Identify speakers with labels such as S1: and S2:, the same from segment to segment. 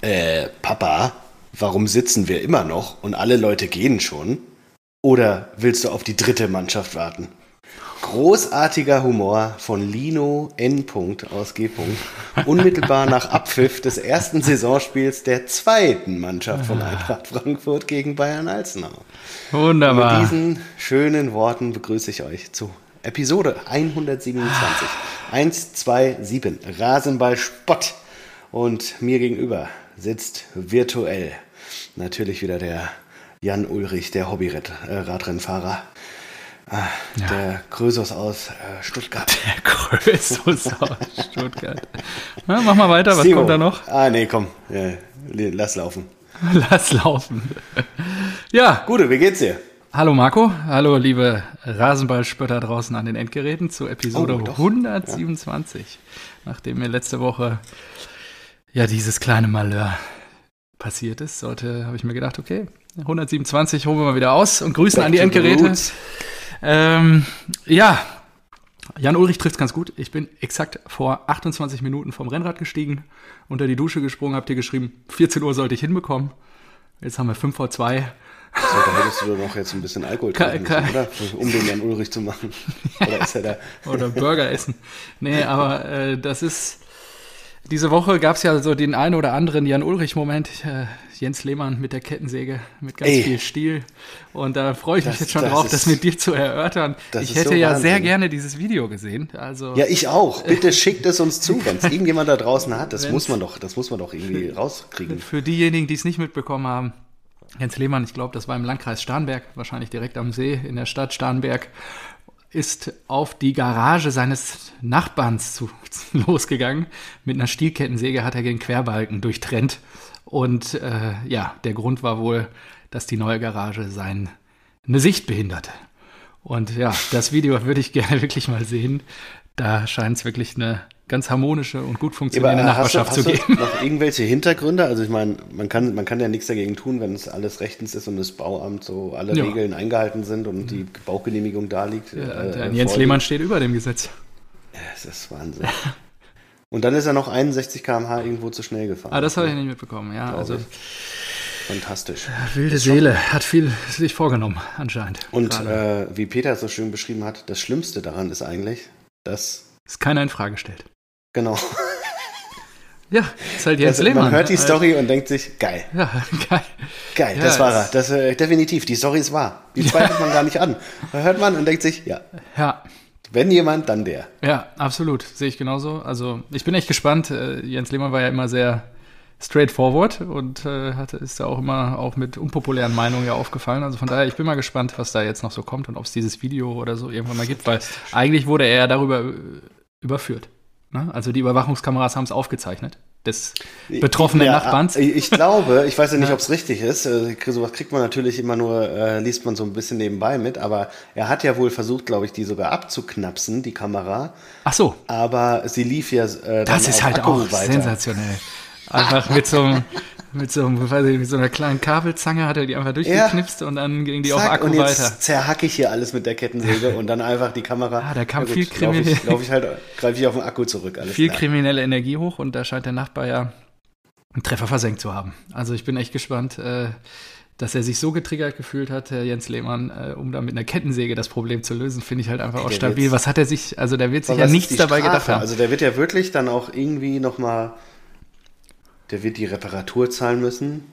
S1: äh, Papa, warum sitzen wir immer noch und alle Leute gehen schon? Oder willst du auf die dritte Mannschaft warten? Großartiger Humor von Lino N. aus G. Unmittelbar nach Abpfiff des ersten Saisonspiels der zweiten Mannschaft von Eintracht Frankfurt gegen Bayern Alzenau. Mit
S2: Wunderbar.
S1: diesen schönen Worten begrüße ich euch zu Episode 127. 127 Rasenball Spott. Und mir gegenüber sitzt virtuell natürlich wieder der Jan Ulrich, der Hobby-Radrennfahrer. Ah, Der Krösus aus äh, Stuttgart.
S2: Der Größus aus Stuttgart. Na, mach mal weiter, was
S1: Simo.
S2: kommt da noch?
S1: Ah, nee, komm. Ja, lass laufen.
S2: Lass laufen. Ja,
S1: Gute, wie geht's dir?
S2: hallo Marco, hallo liebe Rasenballspötter draußen an den Endgeräten zu Episode
S1: Oh, doch.
S2: 127, nachdem mir letzte Woche ja dieses kleine Malheur passiert ist, sollte habe ich mir gedacht, okay, 127 holen wir mal wieder aus und grüßen
S1: Back
S2: an die
S1: to the
S2: Endgeräte.
S1: roots.
S2: Ähm, ja, Jan Ulrich trifft ganz gut. Ich bin exakt vor 28 Minuten vom Rennrad gestiegen, unter die Dusche gesprungen, habt ihr geschrieben, 14 Uhr sollte ich hinbekommen. Jetzt haben wir 5 vor 2.
S1: So, da hättest du doch noch jetzt ein bisschen Alkohol
S2: Ka-
S1: trinken
S2: ka-
S1: müssen, oder? Um den Jan Ulrich zu machen. Oder ist er da?
S2: oder Burger essen. Nee, aber äh, das ist. Diese Woche gab es ja so den einen oder anderen Jan-Ulrich-Moment. Äh, Jens Lehmann mit der Kettensäge, mit ganz
S1: Ey.
S2: viel Stil. Und da freue ich mich
S1: Das-
S2: jetzt schon
S1: das
S2: drauf,
S1: ist-
S2: das mit dir zu erörtern.
S1: das ist
S2: Ich
S1: so
S2: hätte ja sehr
S1: Wahnsinn.
S2: gerne dieses Video gesehen. Also,
S1: Ja, ich auch. Bitte schickt es uns zu, wenn es irgendjemand da draußen hat. Das
S2: Wenn's-
S1: muss man doch, das muss man doch irgendwie rauskriegen.
S2: Für diejenigen, die es nicht mitbekommen haben, Jens Lehmann, ich glaube, das war im Landkreis Starnberg, wahrscheinlich direkt am See in der Stadt Starnberg, ist auf die Garage seines Nachbarns zu, losgegangen. Mit einer Stielkettensäge hat er den Querbalken durchtrennt. Und äh, ja, der Grund war wohl, dass die neue Garage sein, eine Sicht behinderte. Und ja, das Video würde ich gerne wirklich mal sehen. Da scheint es wirklich eine ganz harmonische und gut funktionierende
S1: äh,
S2: Nachbarschaft zu geben.
S1: du noch irgendwelche Hintergründe? Also ich meine, man kann, man kann ja nichts dagegen tun, wenn es alles rechtens ist und das Bauamt so alle
S2: Ja. Mhm.
S1: Regeln eingehalten sind und die Baugenehmigung da liegt.
S2: Ja,
S1: äh,
S2: der
S1: äh,
S2: Jens
S1: vorliegt.
S2: Lehmann steht über dem Gesetz.
S1: Das ist Wahnsinn. Und dann ist er noch 61 km/h irgendwo zu schnell gefahren.
S2: Ah, das habe ich nicht mitbekommen. Ja, also
S1: Traurig. Fantastisch.
S2: wilde Seele hat viel sich vorgenommen anscheinend.
S1: Und
S2: gerade.
S1: äh, wie Peter es so schön beschrieben hat, das Schlimmste daran ist eigentlich, dass
S2: ist keiner in Frage stellt.
S1: genau.
S2: Ja, ist halt Jens
S1: also,
S2: Lehmann.
S1: man hört die
S2: ne?
S1: Story und denkt sich, geil,
S2: Ja, geil.
S1: geil,
S2: Ja,
S1: das war er.
S2: es-
S1: Das, äh, definitiv, die Story ist wahr. Die zweifelt man gar nicht an. Da hört man und denkt sich, ja,
S2: Ja,
S1: wenn jemand, dann der.
S2: ja, absolut. Sehe ich genauso. Also ich bin echt gespannt. Äh, Jens Lehmann war ja immer sehr straightforward und äh, hatte, ist da auch immer auch mit unpopulären Meinungen ja aufgefallen. Also von daher, ich bin mal gespannt, was da jetzt noch so kommt und ob es dieses Video oder so irgendwann mal gibt, weil eigentlich wurde er ja darüber äh, überführt. Ne? Also die Überwachungskameras haben es aufgezeichnet. Des betroffenen
S1: Ja, äh,
S2: Nachbarns.
S1: Ich, ich glaube, ich weiß ja nicht, ob es richtig ist. äh, Sowas kriegt man natürlich immer nur, äh, liest man so ein bisschen nebenbei mit, aber er hat ja wohl versucht, glaube ich, die sogar abzuknapsen, die Kamera.
S2: Ach so,
S1: Aber sie lief ja. Äh,
S2: das
S1: dann
S2: ist
S1: auf
S2: halt
S1: Akku
S2: auch sensationell. Einfach mit so einem, mit so einem, weiß ich, nicht, mit so einer kleinen Kabelzange hat er die einfach durchgeknipst und dann ging die auf
S1: Zack,
S2: Akku
S1: und jetzt
S2: weiter.
S1: zerhacke ich hier alles mit der Kettensäge und dann einfach die Kamera.
S2: Ah, da kam
S1: Na gut,
S2: viel
S1: lauf
S2: Krimi-
S1: ich, lauf ich halt, greife ich auf den Akku zurück. Alles
S2: Viel
S1: klar.
S2: kriminelle Energie hoch und da scheint der Nachbar ja einen Treffer versenkt zu haben. Also ich bin echt gespannt, äh, dass er sich so getriggert gefühlt hat, Herr Jens Lehmann, äh, um da mit einer Kettensäge das Problem zu lösen, finde ich halt einfach auch
S1: der
S2: stabil.
S1: wird's-
S2: Was hat er sich, also der wird sich
S1: Aber
S2: ja
S1: was ist
S2: nichts
S1: die
S2: dabei
S1: Strafe?
S2: gedacht haben.
S1: Also der wird ja wirklich dann auch irgendwie nochmal, der wird die Reparatur zahlen müssen.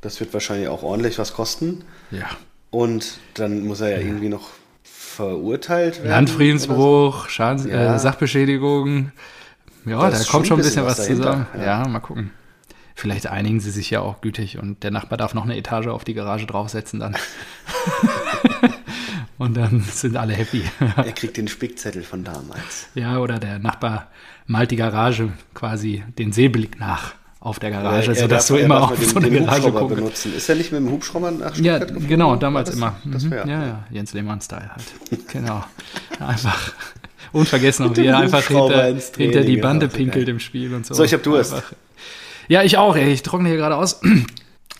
S1: Das wird wahrscheinlich auch ordentlich was kosten.
S2: ja.
S1: Und dann muss er ja irgendwie noch verurteilt werden.
S2: Landfriedensbruch, Schadens
S1: Ähm, genau Ja.
S2: äh, Sachbeschädigung. Ja,
S1: Da ist
S2: da kommt schon ein bisschen was,
S1: dahinter,
S2: zusammen. Ja. mal gucken. Vielleicht einigen sie sich ja auch gütig und der Nachbar darf noch eine Etage auf die Garage draufsetzen dann. und dann sind alle happy.
S1: Er kriegt den Spickzettel von damals.
S2: ja, oder der Nachbar malt die Garage quasi den Seeblick nach auf der Garage,
S1: Er- er darf-
S2: sodass du
S1: er
S2: immer
S1: darf
S2: auf
S1: mit dem-
S2: so eine
S1: den
S2: Garage
S1: Hubschrauber
S2: gucken
S1: benutzen. Ist er nicht mit dem Hubschrauber nach
S2: ja,
S1: Stuttgart geflogen?
S2: genau, damals
S1: das,
S2: immer.
S1: Das
S2: Mhm.
S1: wäre
S2: ja, ja, Jens Lehmann-Style halt. genau. Einfach unvergessen, und wie er
S1: dem
S2: einfach
S1: Hubschrauber
S2: hinter,
S1: ins Training,
S2: hinter die
S1: genau,
S2: Bande
S1: so geil.
S2: pinkelt im Spiel und so.
S1: So, ich hab Durst.
S2: Einfach. Ja, ich auch, ey. Ich trockne hier gerade aus.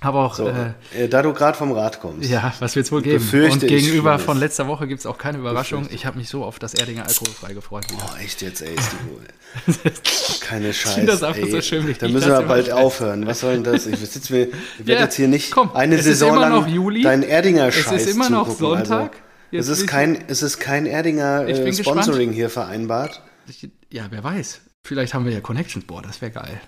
S2: Habe auch.
S1: So,
S2: Äh,
S1: äh, da du gerade vom Rad kommst.
S2: ja, was wird's wohl geben?
S1: Befürchte
S2: Und
S1: ich
S2: gegenüber
S1: Schlimmes.
S2: von letzter Woche gibt es auch keine Überraschung. Ich habe mich so auf das Erdinger Alkoholfrei gefreut. Wieder.
S1: Oh, echt jetzt, ey, ist die Ruhe. Keine Scheiße.
S2: das einfach
S1: ey.
S2: so schön, wie
S1: da
S2: ich
S1: müssen
S2: das
S1: wir bald
S2: immer-
S1: aufhören. Was soll denn das? Ich sitz mir, ich werde
S2: Ja,
S1: jetzt hier nicht
S2: komm,
S1: eine
S2: es ist
S1: Saison
S2: immer
S1: lang
S2: noch Juli.
S1: dein Erdinger Scheiß
S2: Es ist immer noch
S1: zugucken.
S2: Sonntag. Jetzt
S1: Also, es, ist
S2: bin ich-
S1: kein, es ist kein Erdinger
S2: Ich
S1: äh,
S2: bin gespannt.
S1: Sponsoring hier vereinbart.
S2: Ich- Ja, wer weiß. Vielleicht haben wir ja Connections. Boah, das wäre geil.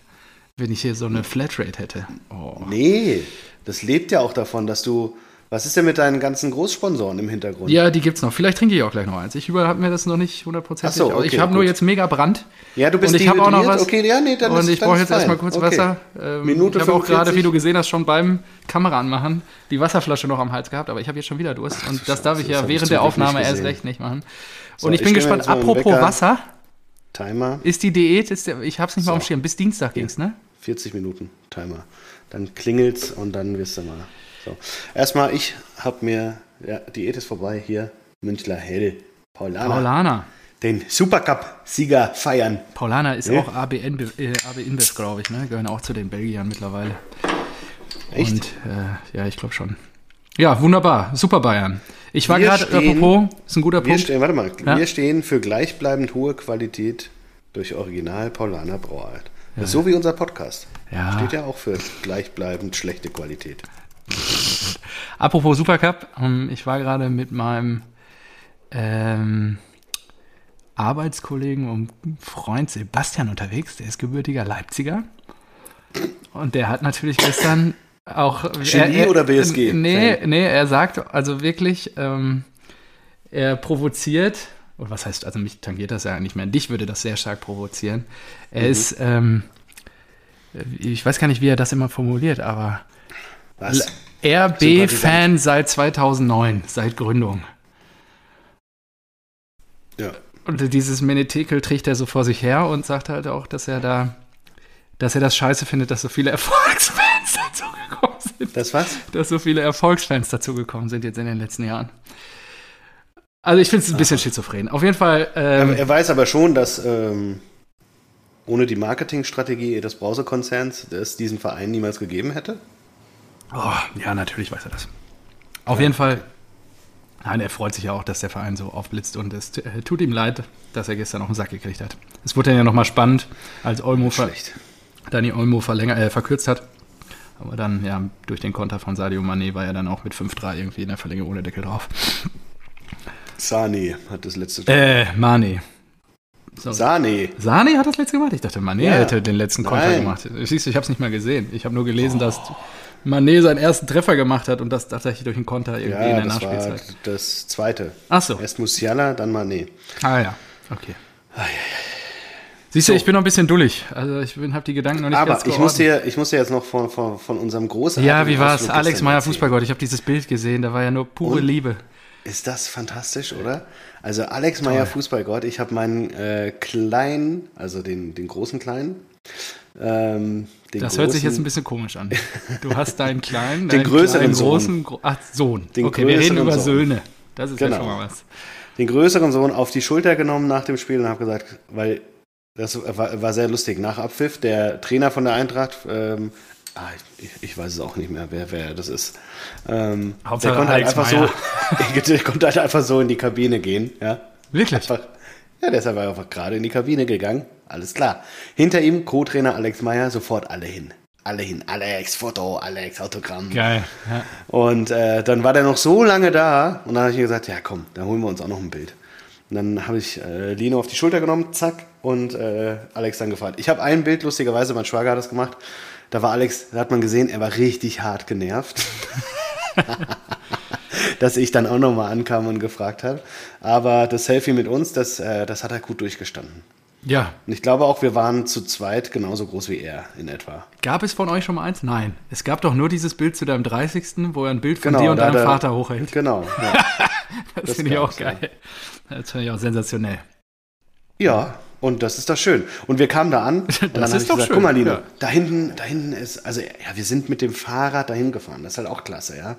S2: Wenn ich hier so eine Flatrate hätte. Oh.
S1: Nee, das lebt ja auch davon, dass du. Was ist denn mit deinen ganzen Großsponsoren im Hintergrund?
S2: Ja, die gibt's noch. Vielleicht trinke ich auch gleich noch eins. Ich habe mir das noch nicht hundertprozentig.
S1: Ach so,
S2: aus-
S1: okay,
S2: ich habe nur
S1: gut.
S2: jetzt mega Brand.
S1: Ja, du bist
S2: Und ich habe auch noch
S1: dehydriert.
S2: was.
S1: Okay, ja, nee, dann
S2: Und
S1: ist-
S2: ich
S1: dann
S2: brauche
S1: ist
S2: jetzt
S1: fein.
S2: erstmal kurz
S1: Okay.
S2: Wasser. Ähm,
S1: Minute
S2: ich habe auch gerade,
S1: 45.
S2: wie du gesehen hast, schon beim Kamera anmachen die Wasserflasche noch am Hals gehabt, aber ich habe jetzt schon wieder Durst. Und das darf ich
S1: das
S2: ja
S1: hab ich
S2: während
S1: zum
S2: der
S1: Glück
S2: Aufnahme
S1: nicht
S2: erst
S1: gesehen.
S2: recht nicht machen. Und ich
S1: ich stell
S2: bin
S1: mir
S2: gespannt,
S1: jetzt mal einen
S2: apropos
S1: Wecker.
S2: Wasser,
S1: Timer,
S2: ist die Diät, ist der, ich habe es nicht mal auf dem Schirm, bis Dienstag ging's, ne?
S1: 40 Minuten Timer. Dann klingelt's und dann wirst du mal. So. Erstmal, ich hab mir. Ja, Diät ist vorbei. Hier, Münchler Hell. Paulaner.
S2: Paulana.
S1: Den Supercup-Sieger feiern.
S2: Paulana ist
S1: Ja.
S2: auch ABN, be- äh, AB Invest, glaube ich, ne? Gehören auch zu den Belgiern mittlerweile.
S1: Echt?
S2: Und äh, ja, ich glaube schon. Ja, wunderbar. Super Bayern. Ich war
S1: Wir
S2: gerade,
S1: stehen-
S2: apropos, ist ein guter
S1: Wir
S2: Punkt.
S1: stehen, warte mal,
S2: Ja.
S1: wir stehen für gleichbleibend hohe Qualität durch Original Paulaner Brauart. So wie unser Podcast.
S2: Ja.
S1: Steht ja auch für gleichbleibend schlechte Qualität.
S2: Apropos Supercup, ähm, ich war gerade mit meinem ähm, Arbeitskollegen und Freund Sebastian unterwegs, der ist gebürtiger Leipziger. Und der hat natürlich gestern auch.
S1: Genie oder BSG?
S2: Nee, nee, er sagt also wirklich, ähm, er provoziert, oder was heißt, also mich tangiert das ja nicht mehr, dich würde das sehr stark provozieren.
S1: Mhm.
S2: Er ist, ähm, ich weiß gar nicht, wie er das immer formuliert, aber.
S1: Was?
S2: RB-Fan seit 2009, seit Gründung.
S1: Ja.
S2: Und dieses Menetekel trägt er so vor sich her und sagt halt auch, dass er da, dass er das scheiße findet, dass so viele Erfolgsfans dazugekommen sind.
S1: Das was?
S2: Dass so viele Erfolgsfans dazugekommen sind jetzt in den letzten Jahren. Also ich finde es ein bisschen schizophren. Auf jeden Fall, ähm,
S1: Er weiß aber schon, dass ähm, ohne die Marketingstrategie des Browserkonzerns es diesen Verein niemals gegeben hätte.
S2: oh, ja, natürlich weiß er das. Auf jeden Fall, nein, er freut sich ja auch, dass der Verein so aufblitzt und es t- äh, tut ihm leid, dass er gestern auf den Sack gekriegt hat. Es wurde dann ja nochmal spannend, als Olmo ver
S1: Schlecht.
S2: Dani Olmo verlänger, äh, verkürzt hat. Aber dann, ja, durch den Konter von Sadio Mané war er dann auch mit 5-3 irgendwie in der Verlängerung ohne Deckel drauf.
S1: Sani hat das letzte Tor.
S2: Äh, Mané. Sorry.
S1: Sani.
S2: Sane hat das letzte gemacht. Ich dachte, Mané
S1: Ja.
S2: hätte den letzten Konter
S1: Nein.
S2: gemacht. Siehst du, ich habe es nicht mal gesehen. Ich habe nur gelesen, dass Mané seinen ersten Treffer gemacht hat und das tatsächlich durch einen Konter irgendwie in
S1: Ja,
S2: der
S1: das war halt
S2: Nachspielzeit.
S1: das zweite.
S2: Ach so.
S1: Erst Musiala, dann Mané.
S2: Ah ja, okay. Siehst du, ich bin noch ein bisschen dullig. Also ich habe die Gedanken noch nicht
S1: Aber
S2: ganz
S1: ich muss, dir, ich muss dir jetzt noch von, von, von unserem großen.
S2: Ja, wie war's? Alex Meyer Fußballgott. Ich habe dieses Bild gesehen. Da war ja nur pure
S1: Und?
S2: Liebe.
S1: Ist das fantastisch, oder? Also Alex Meyer Fußballgott, ich habe meinen äh, kleinen, also den, den großen kleinen, ähm, den
S2: Das
S1: großen,
S2: hört sich jetzt ein bisschen komisch an. Du hast deinen kleinen,
S1: Den
S2: deinen
S1: größeren
S2: kleinen,
S1: Sohn.
S2: großen, Gro ach, Sohn.
S1: Den
S2: okay, wir reden
S1: größeren
S2: über
S1: Sohn.
S2: Söhne. Das ist ja
S1: Genau.
S2: schon mal was.
S1: den größeren Sohn auf die Schulter genommen nach dem Spiel und habe gesagt, weil das war, war sehr lustig. Nach Abpfiff, der Trainer von der Eintracht, ähm, ah, ich, ich weiß es auch nicht mehr, wer, wer das ist. Ähm,
S2: Hauptsache
S1: der konnte halt
S2: Alex
S1: einfach
S2: Meyer.
S1: so, der konnte halt einfach so in die Kabine gehen, ja.
S2: Wirklich?
S1: Einfach, ja, deshalb war er einfach gerade in die Kabine gegangen. Alles klar. Hinter ihm Co-Trainer Alex Meyer, sofort alle hin. Alle hin. Alex, Foto, Alex, Autogramm.
S2: Geil. Ja.
S1: Und äh, dann war der noch so lange da und dann habe ich mir gesagt, ja komm, dann holen wir uns auch noch ein Bild. Und dann habe ich äh, Lino auf die Schulter genommen, zack, und äh, Alex dann gefahren. Ich habe ein Bild, lustigerweise, mein Schwager hat das gemacht. Da war Alex, da hat man gesehen, er war richtig hart genervt. Dass ich dann auch nochmal ankam und gefragt habe. Aber das Selfie mit uns, das, äh, das hat er gut durchgestanden.
S2: ja.
S1: Und ich glaube auch, wir waren zu zweit genauso groß wie er in etwa.
S2: Gab es von euch schon mal eins? Nein. Es gab doch nur dieses Bild zu deinem 30. wo er ein Bild von dir und
S1: Genau, da hat
S2: deinem
S1: er-
S2: Vater hochhält.
S1: Genau. Ja.
S2: Das,
S1: das
S2: finde ich auch
S1: gab's, ja.
S2: geil. Das finde ich auch sensationell.
S1: Ja, und das ist doch schön. Und wir kamen da an und dann
S2: ist
S1: habe ich
S2: doch
S1: gesagt,
S2: schön,
S1: guck mal, Lino,
S2: ja.
S1: da hinten, da hinten ist, also ja, wir sind mit dem Fahrrad dahin gefahren. Das ist halt auch klasse, ja.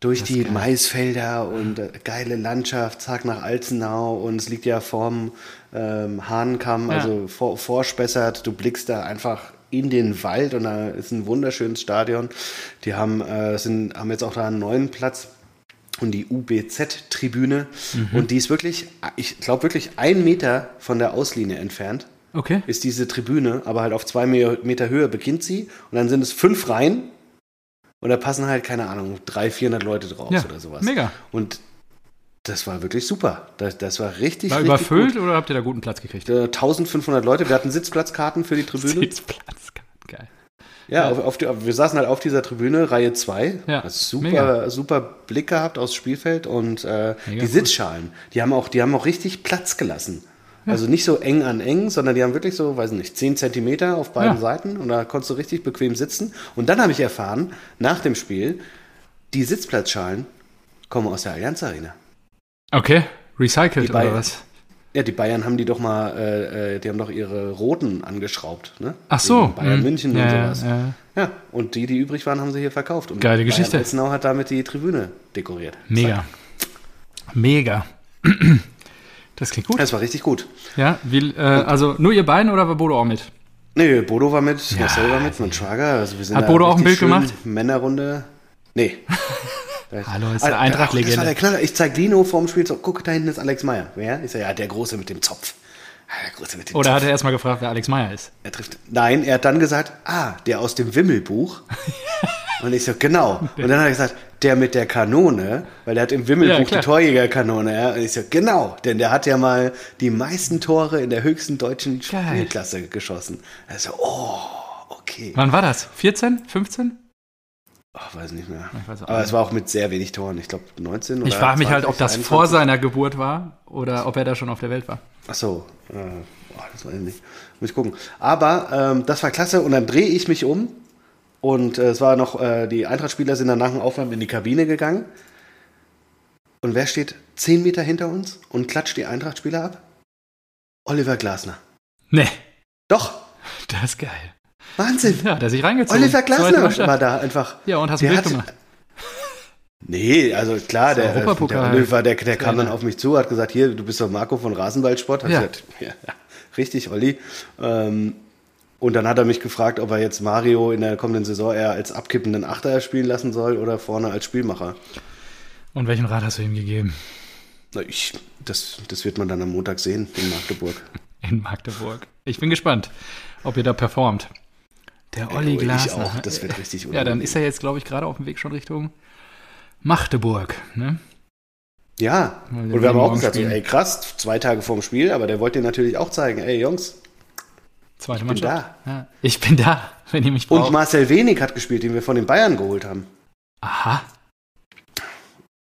S1: Durch die Maisfelder und äh, geile Landschaft, zack nach Alzenau und es liegt ja vorm ähm, Hahnkamm,
S2: Ja.
S1: also vor, vorspessert. Du blickst da einfach in den Wald und da ist ein wunderschönes Stadion. Die haben, äh, sind, haben jetzt auch da einen neuen Platz und die UBZ-Tribüne. Und die ist wirklich, ich glaube wirklich ein Meter von der Auslinie entfernt
S2: Okay.
S1: ist diese Tribüne, aber halt auf zwei Me- Meter Höhe beginnt sie und dann sind es fünf Reihen und da passen halt, keine Ahnung, 300, 400 Leute drauf
S2: Ja,
S1: oder sowas.
S2: mega.
S1: Und das war wirklich super. Das, das war richtig,
S2: War
S1: richtig
S2: überfüllt
S1: gut.
S2: oder habt ihr da guten Platz gekriegt?
S1: Äh, 1500 Leute, wir hatten Sitzplatzkarten für die Tribüne.
S2: Sitzplatz, geil.
S1: Ja, auf, auf die, wir saßen halt auf dieser Tribüne, Reihe 2.
S2: Ja, mega.
S1: Super, super Blick gehabt aufs Spielfeld und äh, die
S2: cool.
S1: Sitzschalen, die haben, auch, die haben auch richtig Platz gelassen. Also nicht so eng an eng, sondern die haben wirklich so, weiß nicht, 10 Zentimeter auf beiden
S2: Ja.
S1: Seiten und da konntest du richtig bequem sitzen. Und dann habe ich erfahren, nach dem Spiel, die Sitzplatzschalen kommen aus der Allianz Arena.
S2: Okay, recycelt
S1: Die
S2: oder
S1: Bayern.
S2: was?
S1: Ja, die Bayern haben die doch mal, äh, äh, die haben doch ihre Roten angeschraubt, ne?
S2: Ach so.
S1: Wegen Bayern
S2: hm.
S1: München
S2: ja,
S1: und
S2: ja,
S1: sowas.
S2: Ja.
S1: Ja, und die, die übrig waren, haben sie hier verkauft. Und
S2: Geile Geschichte.
S1: Bayern Alzenau hat damit die Tribüne dekoriert.
S2: Mega. Mega. Das klingt gut.
S1: Das war richtig gut.
S2: Ja, wie, äh, also nur ihr beiden oder war Bodo auch mit?
S1: Nee, Bodo war mit, Marcel war mit, mit Schwager. Also wir sind
S2: Hat
S1: da
S2: Bodo auch ein
S1: richtig
S2: Bild
S1: schön
S2: gemacht?
S1: Männerrunde. Nee.
S2: Hallo,
S1: Alter, Also, Das
S2: ist eine
S1: war der
S2: Eintracht-Legende.
S1: Knaller. Ich zeig Lino vorm Spiel so, guck, da hinten ist Alex Meyer. Wer? Ich sag, ja, der Große mit dem Zopf. Ah, Der Große mit dem
S2: Oder
S1: Zopf.
S2: hat er erstmal gefragt, wer Alex Meyer ist?
S1: Er trifft. Nein, er hat dann gesagt, ah, der aus dem Wimmelbuch. Und ich so, genau. Und dann hat er gesagt, der mit der Kanone, weil er hat im Wimmelbuch
S2: Ja,
S1: die
S2: klar.
S1: Torjägerkanone. Ja? Und ich so, genau, denn der hat ja mal die meisten Tore in der höchsten deutschen
S2: Geil.
S1: Spielklasse geschossen. Also, oh, okay.
S2: Wann war das? 14? 15?
S1: Oh, weiß nicht mehr.
S2: Ich weiß auch
S1: Aber
S2: nicht.
S1: es war auch mit sehr wenig Toren. Ich glaube 19 oder
S2: Ich frage mich halt,
S1: 20,
S2: ob das vor
S1: 21.
S2: seiner Geburt war oder ob er da schon auf der Welt war.
S1: Ach so, äh, boah, das weiß ich nicht. Muss ich gucken. Aber ähm, das war klasse und dann drehe ich mich um und äh, es war noch, äh, die Eintrachtspieler sind dann nach dem Aufwärmen in die Kabine gegangen. Und wer steht 10 Meter hinter uns und klatscht die Eintrachtspieler ab? Oliver Glasner.
S2: Nee,
S1: Doch,
S2: das ist geil.
S1: Wahnsinn.
S2: Ja, der sich reingezogen.
S1: Oliver
S2: Zweite
S1: Glasner
S2: Mannschaft.
S1: war da einfach.
S2: Ja, und hast ein
S1: Der
S2: Bild
S1: hat-
S2: gemacht.
S1: Nee, also klar,
S2: Das ist
S1: der, der
S2: Europapokal.
S1: Oliver, der, der kam
S2: Trainer.
S1: dann auf mich zu, hat gesagt, hier, du bist doch Marco von Rasenballsport. Hab
S2: Ja.
S1: ich gesagt, ja, ja, richtig, Olli. Ähm, und dann hat er mich gefragt, ob er jetzt Mario in der kommenden Saison eher als abkippenden Achter spielen lassen soll oder vorne als Spielmacher.
S2: Und welchen Rat hast du ihm gegeben?
S1: Na, ich, das, das wird man dann am Montag sehen in Magdeburg.
S2: In Magdeburg. Ich bin gespannt, ob ihr da performt. Der Olli
S1: ich
S2: Glasner.
S1: auch. Das wird richtig
S2: Ja, dann
S1: unangenehm.
S2: ist er jetzt, glaube ich, gerade auf dem Weg schon Richtung Magdeburg. Ne?
S1: Ja,
S2: Weil
S1: und
S2: wir
S1: wir haben auch
S2: morgen
S1: gesagt, so,
S2: spielen.
S1: ey krass, zwei Tage vorm Spiel, aber der wollte dir natürlich auch zeigen, ey Jungs. Ich
S2: Zweite
S1: bin
S2: Mannschaft. Ja, ich bin da, wenn ihr mich
S1: Und
S2: braucht.
S1: Marcel Wenig hat gespielt, den wir von den Bayern geholt haben.
S2: Aha.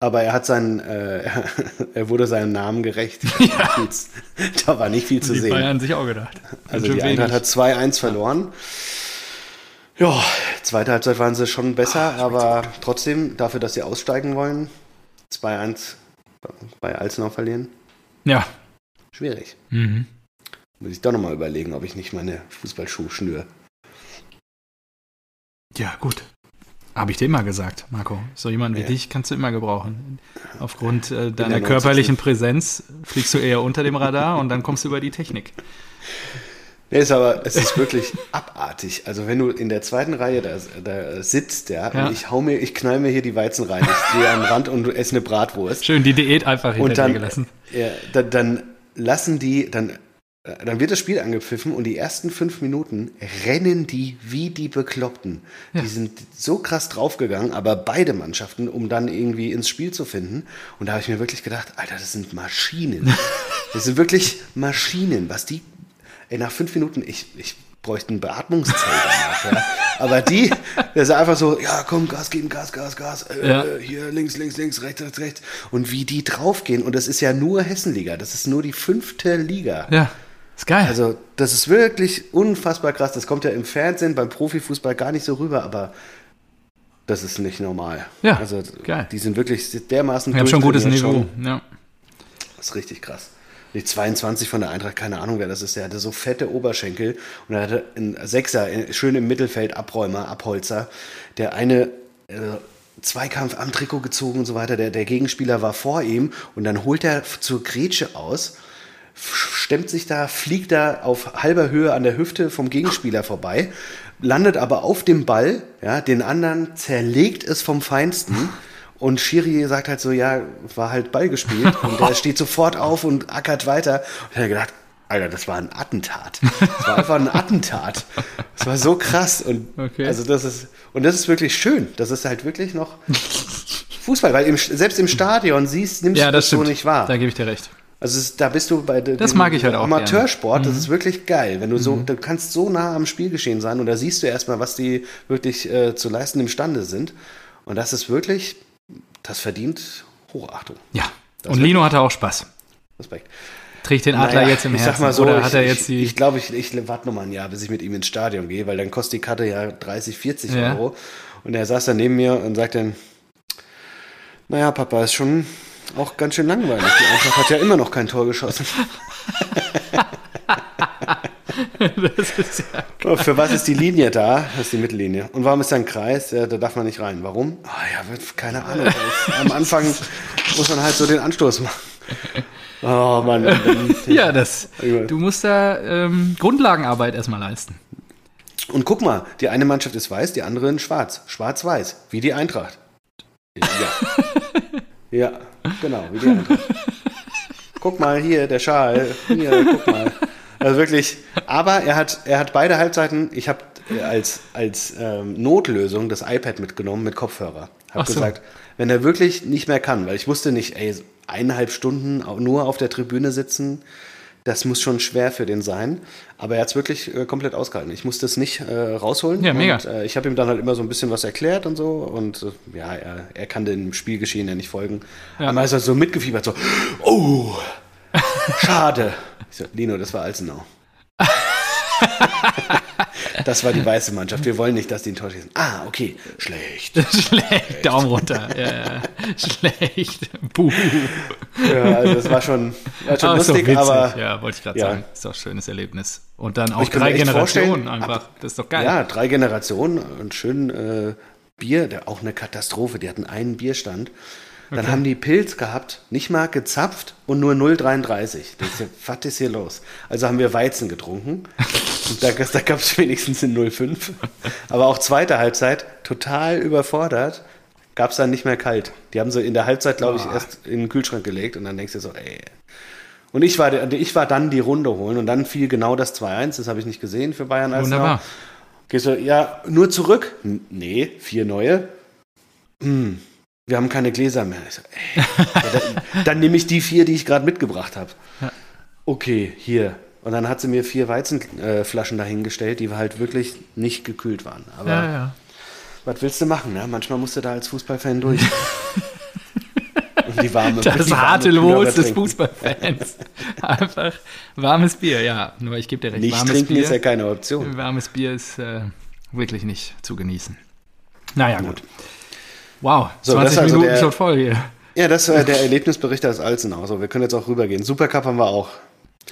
S1: Aber er hat seinen, äh, er wurde seinem Namen gerecht. Da war nicht viel zu
S2: die
S1: sehen.
S2: Bayern sich auch gedacht.
S1: also
S2: Ganz
S1: die
S2: schön
S1: Eintracht
S2: wenig.
S1: hat 2-1 verloren. Ja, zweite Halbzeit waren sie schon
S2: Ah,
S1: besser, aber trotzdem, dafür, dass sie aussteigen wollen, 2-1 bei Alzenau verlieren,
S2: Ja.
S1: schwierig.
S2: Mhm.
S1: Muss ich doch nochmal überlegen, ob ich nicht meine Fußballschuhe schnüre.
S2: Ja, gut. Habe ich dir immer gesagt, Marco. So jemand wie
S1: Ja.
S2: dich kannst du immer gebrauchen. Aufgrund äh,
S1: der
S2: deiner
S1: 90.
S2: körperlichen Präsenz fliegst du eher unter dem Radar und dann kommst du über die Technik.
S1: Nee, ist aber, es ist wirklich abartig. Also wenn du in der zweiten Reihe da, da sitzt, ja,
S2: Ja.
S1: und ich hau mir, ich knall mir hier die Weizen rein, ich stehe am Rand und esse eine Bratwurst.
S2: Schön die Diät einfach hinter
S1: und
S2: dir
S1: dann,
S2: gelassen.
S1: Ja, dann, dann lassen die, dann, äh, dann wird das Spiel angepfiffen und die ersten fünf Minuten rennen die wie die Bekloppten. Die sind so krass draufgegangen, aber beide Mannschaften, um dann irgendwie ins Spiel zu finden. Und da habe ich mir wirklich gedacht, Alter, das sind Maschinen. das sind wirklich Maschinen, was die. Ey, nach fünf Minuten, ich, ich bräuchte ein Beatmungszelt danach. ja. Aber die, das ist einfach so, ja, komm, Gas geben, Gas, Gas, Gas. Äh,
S2: Ja.
S1: hier links, links, links, rechts, rechts, rechts. Und wie die draufgehen. Und das ist ja nur Hessenliga. Das ist nur die fünfte Liga.
S2: Ja, ist geil.
S1: Also, das ist wirklich unfassbar krass. Das kommt ja im Fernsehen, beim Profifußball gar nicht so rüber, aber das ist nicht normal.
S2: Ja,
S1: Also,
S2: geil.
S1: die sind wirklich dermaßen.
S2: ich habe schon ein gutes
S1: durchtrainiert
S2: Niveau.
S1: schon.
S2: Ja.
S1: Das ist richtig krass. Die 22 von der Eintracht, keine Ahnung wer das ist, der hatte so fette Oberschenkel und er hatte einen Sechser, äh, schön im Mittelfeld, Abräumer, Abholzer. Der eine äh, Zweikampf am Trikot gezogen und so weiter, der, der Gegenspieler war vor ihm und dann holt er zur Grätsche aus, stemmt sich da, fliegt da auf halber Höhe an der Hüfte vom Gegenspieler vorbei, landet aber auf dem Ball, ja, den anderen zerlegt es vom Feinsten. Und Schiri sagt halt so, ja, war halt Ball gespielt. Und der steht sofort auf und ackert weiter. Und er hat gedacht, Alter, das war ein Attentat. Das war einfach ein Attentat. Das war so krass. Und
S2: Okay.
S1: also das ist, und das ist wirklich schön. Das ist halt wirklich noch Fußball, weil im, selbst im Stadion siehst, nimmst
S2: Ja,
S1: du
S2: das
S1: das so
S2: stimmt.
S1: nicht wahr.
S2: Da gebe ich dir recht.
S1: Also es, da bist du bei de-
S2: Das
S1: dem
S2: mag ich halt auch Mhm.
S1: Amateursport, das ist wirklich geil, wenn du so du kannst so nah am Spielgeschehen sein und da siehst du erstmal, was die wirklich äh, zu leisten imstande sind und das ist wirklich das verdient Hochachtung.
S2: Ja. Und Lino hatte auch Spaß.
S1: Respekt.
S2: Trägt den Adler
S1: Naja,
S2: jetzt im
S1: ich
S2: Herzen.
S1: sag mal so,
S2: Oder
S1: ich,
S2: hat er
S1: ich-
S2: jetzt die.
S1: ich glaube, ich, ich warte noch mal ein Jahr, bis ich mit ihm ins Stadion gehe, weil dann kostet die Karte ja 30, 40
S2: Ja.
S1: Euro und er saß dann neben mir und sagt dann, naja, Papa, ist schon auch ganz schön langweilig. Die Eintracht hat ja immer noch kein Tor geschossen.
S2: das ist ja
S1: Oh, Für was ist die Linie da? Das ist die Mittellinie. Und warum ist da ein Kreis? Ja, da darf man nicht rein. Warum? Ah ja, wird- keine Ahnung. Am Anfang muss man halt so den Anstoß machen. Oh Mann.
S2: Ja, das.
S1: Egal.
S2: Du musst da ähm, Grundlagenarbeit erstmal leisten.
S1: Und guck mal, die eine Mannschaft ist weiß, die andere in schwarz. Schwarz-weiß, wie die Eintracht. Ja. ja, genau, wie die Eintracht. Guck mal hier, der Schal. Hier, guck mal. Also wirklich, aber er hat, er hat beide Halbzeiten, ich habe als, als ähm, Notlösung das iPad mitgenommen mit Kopfhörer. Hab
S2: Ach so.
S1: gesagt, wenn er wirklich nicht mehr kann, weil ich wusste nicht, ey, eineinhalb Stunden au- nur auf der Tribüne sitzen, das muss schon schwer für den sein. Aber er hat es wirklich äh, komplett ausgehalten. Ich musste es nicht äh, rausholen.
S2: Ja, mega.
S1: Und, äh, ich habe ihm dann halt immer so ein bisschen was erklärt und so. Und äh, ja, er, er kann dem Spielgeschehen ja nicht folgen. Aber er ist halt so mitgefiebert, so, oh, schade. Ich so, Lino, das war Alzenau. das war die weiße Mannschaft. Wir wollen nicht, dass die ein Tor schießen. Ah, okay, schlecht.
S2: Schlecht. Daumen runter. Ja, ja. Schlecht. Buh.
S1: Ja, also das war schon, war schon
S2: Ah, ist doch
S1: lustig,
S2: witzig.
S1: aber
S2: ja, wollte ich gerade
S1: ja.
S2: sagen. Ist doch ein schönes Erlebnis. Und dann auch
S1: ich kann mir
S2: drei
S1: echt
S2: Generationen
S1: vorstellen,
S2: einfach. Das ist doch geil.
S1: Ja, drei Generationen und schön äh, Bier, der, auch eine Katastrophe. Die hatten einen Bierstand. Dann haben die Pilz gehabt, nicht mal gezapft und nur 0,33. Das ist ja, was ist hier los? Also haben wir Weizen getrunken. Und da, da gab es wenigstens in 0,5. Aber auch zweite Halbzeit, total überfordert, gab es dann nicht mehr kalt. Die haben so in der Halbzeit, glaube
S2: Ah.
S1: ich, erst in den Kühlschrank gelegt und dann denkst du so, ey, und ich war, der- ich war dann die Runde holen und dann fiel genau das 2-1, das habe ich nicht gesehen für Bayern als
S2: Wunderbar.
S1: Gehst du, ja, nur zurück? N- Nee, vier neue. Hm, wir haben keine Gläser mehr. Ich so, ey, ja, dann, dann nehme ich die vier, die ich gerade mitgebracht habe. Okay, hier. Und dann hat sie mir vier Weizenflaschen dahingestellt, die halt wirklich nicht gekühlt waren. Aber
S2: ja, ja.
S1: was willst du machen? Ne? Manchmal musst du da als Fußballfan durch. Und die warme,
S2: Das
S1: die warme
S2: harte
S1: Plörre
S2: Los des
S1: trinken.
S2: Fußballfans. Einfach warmes Bier, ja. Nur ich gebe dir recht,
S1: Nicht
S2: warmes
S1: trinken
S2: Bier.
S1: ist ja keine Option.
S2: Warmes Bier ist äh, wirklich nicht zu genießen. Naja, gut. Wow,
S1: So, das ist
S2: 20
S1: also
S2: Minuten
S1: der-
S2: schon voll hier.
S1: Ja, das war der Erlebnisbericht aus Alzenau. genau So, wir können jetzt auch rübergehen. Supercup haben wir auch.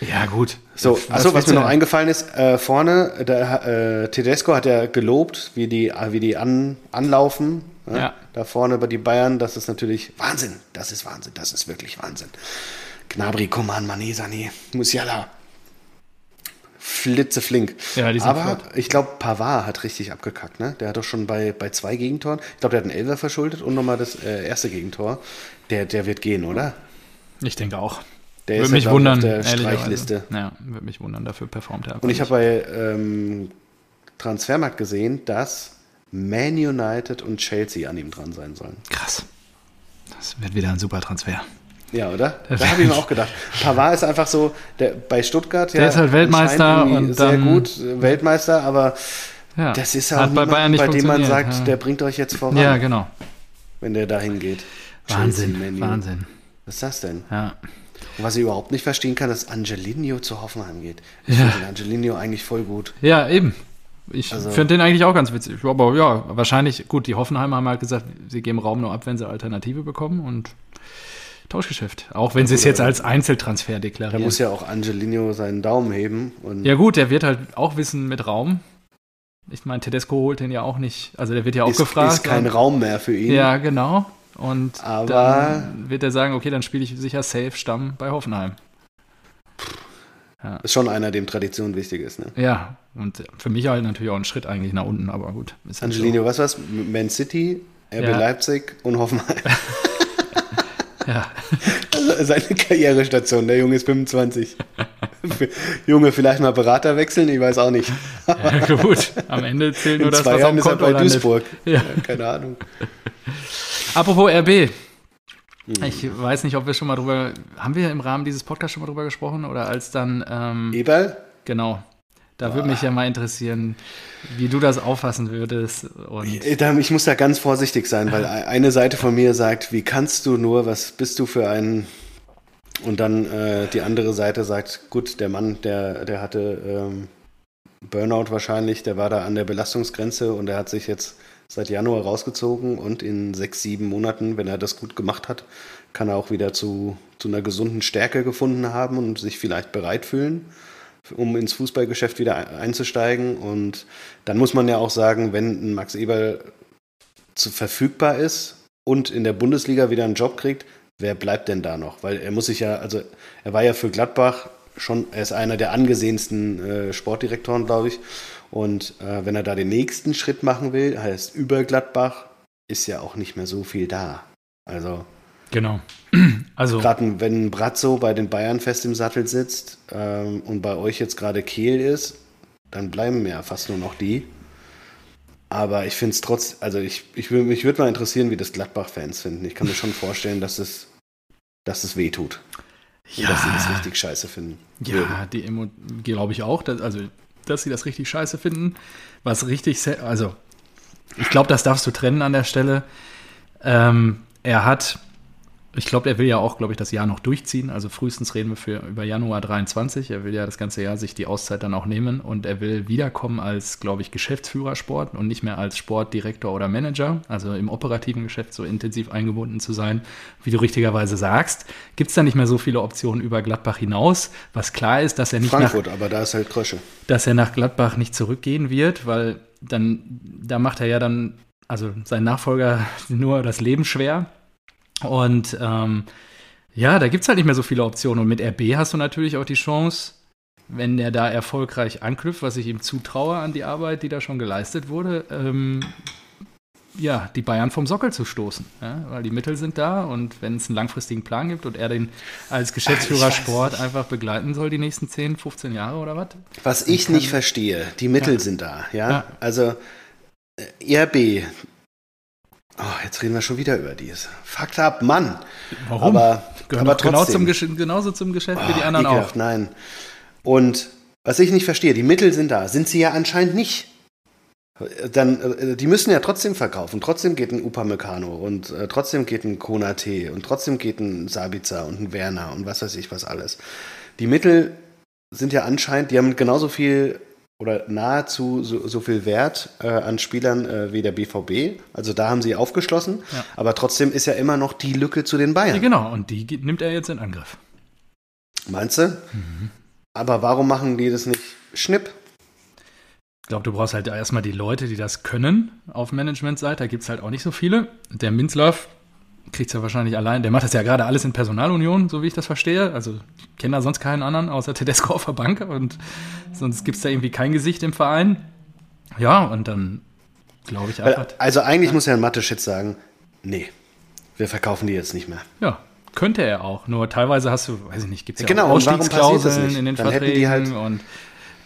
S2: Ja, gut.
S1: So, achso, was
S2: willst
S1: mir
S2: du
S1: noch
S2: denn?
S1: eingefallen ist, äh, vorne, der, äh, Tedesco hat ja gelobt, wie die, äh, wie die an, anlaufen. Ne?
S2: Ja.
S1: Da vorne bei die Bayern, das ist natürlich Wahnsinn. Das ist Wahnsinn. Das ist wirklich Wahnsinn. Gnabry, Koman, Mané, Sané, Musiala. Flitzeflink.
S2: Ja, die sind
S1: Aber
S2: flott.
S1: ich glaube, Pavard hat richtig abgekackt. Ne? Der hat doch schon bei, bei zwei Gegentoren, ich glaube, der hat einen Elfer verschuldet und nochmal das äh, erste Gegentor. Der, der wird gehen, oder?
S2: Ich denke auch.
S1: Der
S2: Würde
S1: ist ja,
S2: mich
S1: glaub ich,
S2: wundern,
S1: auf der
S2: ehrlicherweise.
S1: Streichliste.
S2: Ja, würde mich wundern, dafür performt er. einfach
S1: Und ich
S2: nicht.
S1: habe bei ähm, Transfermarkt gesehen, dass Man United und Chelsea an ihm dran sein sollen.
S2: Krass. Das wird wieder ein super Transfer.
S1: Ja, oder? Da habe ich mir auch gedacht. Pavard ist einfach so, der, bei Stuttgart,
S2: Der ist halt Weltmeister
S1: anscheinend irgendwie
S2: und
S1: sehr
S2: dann-
S1: gut, äh, Weltmeister, aber
S2: Ja.
S1: das ist ja auch
S2: Hat bei
S1: niemand,
S2: Bayern nicht
S1: bei dem man sagt,
S2: funktioniert,
S1: der bringt euch jetzt voran,
S2: ja. ja, genau.
S1: wenn der dahin geht.
S2: Wahnsinn,
S1: Chelsea, Man U.
S2: Wahnsinn.
S1: Was ist das denn?
S2: Ja.
S1: Und was ich überhaupt nicht verstehen kann, dass Angelino zu Hoffenheim geht. Ich
S2: Ja.
S1: finde den Angelino eigentlich voll gut.
S2: Ja, eben. Ich
S1: Also
S2: finde den eigentlich auch ganz witzig. Aber ja, wahrscheinlich, gut, die Hoffenheimer haben halt gesagt, sie geben Raum nur ab, wenn sie Alternative bekommen und Tauschgeschäft. Auch wenn sie es jetzt als Einzeltransfer
S1: Da
S2: deklarieren.
S1: muss ja auch Angelino seinen Daumen heben und
S2: ja gut, der wird halt auch wissen mit Raum. Ich meine, Tedesco holt den ja auch nicht. Also der wird ja auch
S1: ist,
S2: gefragt.
S1: ist kein Raum mehr für ihn.
S2: ja, genau. Und
S1: Aber-
S2: dann wird er sagen, okay, dann spiele ich sicher safe Stamm bei Hoffenheim.
S1: Ja. Ist schon einer, dem Tradition wichtig ist. Ne?
S2: Ja, und für mich halt natürlich auch ein Schritt eigentlich nach unten, aber gut. ist halt so.
S1: Angelino, was war's? Man City, RB
S2: Ja.
S1: Leipzig und Hoffenheim.
S2: Ja.
S1: Also Seine Karrierestation. Der Junge ist 25. Junge, vielleicht mal Berater wechseln? Ich weiß auch nicht.
S2: ja, gut. Am Ende zählt nur
S1: In
S2: das,
S1: zwei
S2: was
S1: Jahren
S2: am
S1: ist er
S2: Konto
S1: bei
S2: landet.
S1: Duisburg.
S2: Ja.
S1: Keine Ahnung.
S2: Apropos RB.
S1: Mhm.
S2: Ich weiß nicht, ob wir schon mal drüber, haben wir im Rahmen dieses Podcasts schon mal drüber gesprochen oder als dann, ähm,
S1: Eberl?
S2: genau, da würde mich ja mal interessieren, wie du das auffassen würdest und
S1: Äh, da- Ich muss da ganz vorsichtig sein, weil e- eine Seite von mir sagt, wie kannst du nur, was bist du für ein... Und dann äh, die andere Seite sagt, gut, der Mann, der, der hatte ähm, Burnout wahrscheinlich, der war da an der Belastungsgrenze und der hat sich jetzt seit Januar rausgezogen und in sechs, sieben Monaten, wenn er das gut gemacht hat, kann er auch wieder zu, zu einer gesunden Stärke gefunden haben und sich vielleicht bereit fühlen um ins Fußballgeschäft wieder ein- einzusteigen. Und dann muss man ja auch sagen, wenn ein Max Eberl zu verfügbar ist und in der Bundesliga wieder einen Job kriegt, wer bleibt denn da noch? Weil er muss sich ja, also er war ja für Gladbach schon, er ist einer der angesehensten äh, Sportdirektoren, glaube ich. Und äh, wenn er da den nächsten Schritt machen will, heißt über Gladbach, ist ja auch nicht mehr so viel da. Also
S2: genau. Also,
S1: Gerade wenn Brazzo bei den Bayern fest im Sattel sitzt ähm, und bei euch jetzt gerade Kehl ist, dann bleiben ja fast nur noch die. Aber ich finde es trotz, also ich, ich würde mich würde mal interessieren, wie das Gladbach-Fans finden. Ich kann mir schon vorstellen, dass es, dass es weh tut. Und dass sie das richtig scheiße finden. würden.
S2: Ja, die Emo glaube ich auch, dass, also dass sie das richtig scheiße finden, was richtig, se- also ich glaube, das darfst du trennen an der Stelle. Ähm, er hat, ich glaube, er will ja auch, glaube ich, das Jahr noch durchziehen. Also frühestens reden wir für über Januar 23. Er will ja das ganze Jahr sich die Auszeit dann auch nehmen und er will wiederkommen als, glaube ich, Geschäftsführer Sport und nicht mehr als Sportdirektor oder Manager, also im operativen Geschäft so intensiv eingebunden zu sein, wie du richtigerweise sagst. Gibt es da nicht mehr so viele Optionen über Gladbach hinaus? Was klar ist, dass er nicht nach
S1: Frankfurt, aber da ist halt Krösche.
S2: dass er nach Gladbach nicht zurückgehen wird, weil dann, da macht er ja dann, also sein Nachfolger nur das Leben schwer. Und ähm, ja, da gibt es halt nicht mehr so viele Optionen. Und mit RB hast du natürlich auch die Chance, wenn er da erfolgreich anknüpft, was ich ihm zutraue an die Arbeit, die da schon geleistet wurde, ähm, ja, die Bayern vom Sockel zu stoßen. Ja? Weil die Mittel sind da und wenn es einen langfristigen Plan gibt und er den als Geschäftsführer Sport einfach begleiten soll, die nächsten 10, 15 Jahre oder was,
S1: Was ich nicht verstehe, die Mittel sind da, ja.
S2: Ja.
S1: Also äh, IRB. Oh, jetzt reden wir schon wieder über dies. Fucked up, Mann.
S2: Warum?
S1: Aber,
S2: Gehören
S1: aber
S2: doch genau
S1: trotzdem.
S2: zum Gesch genauso zum Geschäft wie die
S1: Ah,
S2: anderen
S1: ekelhaft, Nein. Und was ich nicht verstehe, die Mittel sind da, sind sie ja anscheinend nicht. Äh, Dann, äh, die müssen ja trotzdem verkaufen. Trotzdem geht ein Upamecano und äh, trotzdem geht ein Konate und trotzdem geht ein Sabitzer und ein Werner und was weiß ich was alles. Die Mittel sind ja anscheinend, die haben genauso viel oder nahezu so, so viel Wert äh, an Spielern äh, wie der BVB. Also da haben sie aufgeschlossen.
S2: Ja.
S1: Aber trotzdem ist ja immer noch die Lücke zu den
S2: auch. Ja,
S1: Bayern.
S2: genau, und die ge- nimmt er jetzt in Angriff.
S1: Meinst du? Aber warum machen die das nicht schnipp?
S2: Ich glaube, du brauchst halt erstmal die Leute, die das können auf Managementseite. Da gibt es halt auch nicht so viele. Der Minzlaff kriegt es ja wahrscheinlich allein. Der macht das ja gerade alles in Personalunion, so wie ich das verstehe. Also ich kenne da sonst keinen anderen außer Tedesco auf der Bank und sonst gibt es da irgendwie kein Gesicht im Verein. Ja, und dann glaube ich einfach,
S1: Also eigentlich muss ja ein Mathe-Shit sagen, nee, wir verkaufen die jetzt nicht mehr.
S2: ja, könnte er auch. Nur teilweise hast du, weiß ich nicht, gibt es ja
S1: Genau,
S2: auch
S1: und warum passiert das
S2: Ausstiegsklauseln
S1: nicht?
S2: in den
S1: Dann hätten die
S2: Verträgen
S1: halt-
S2: und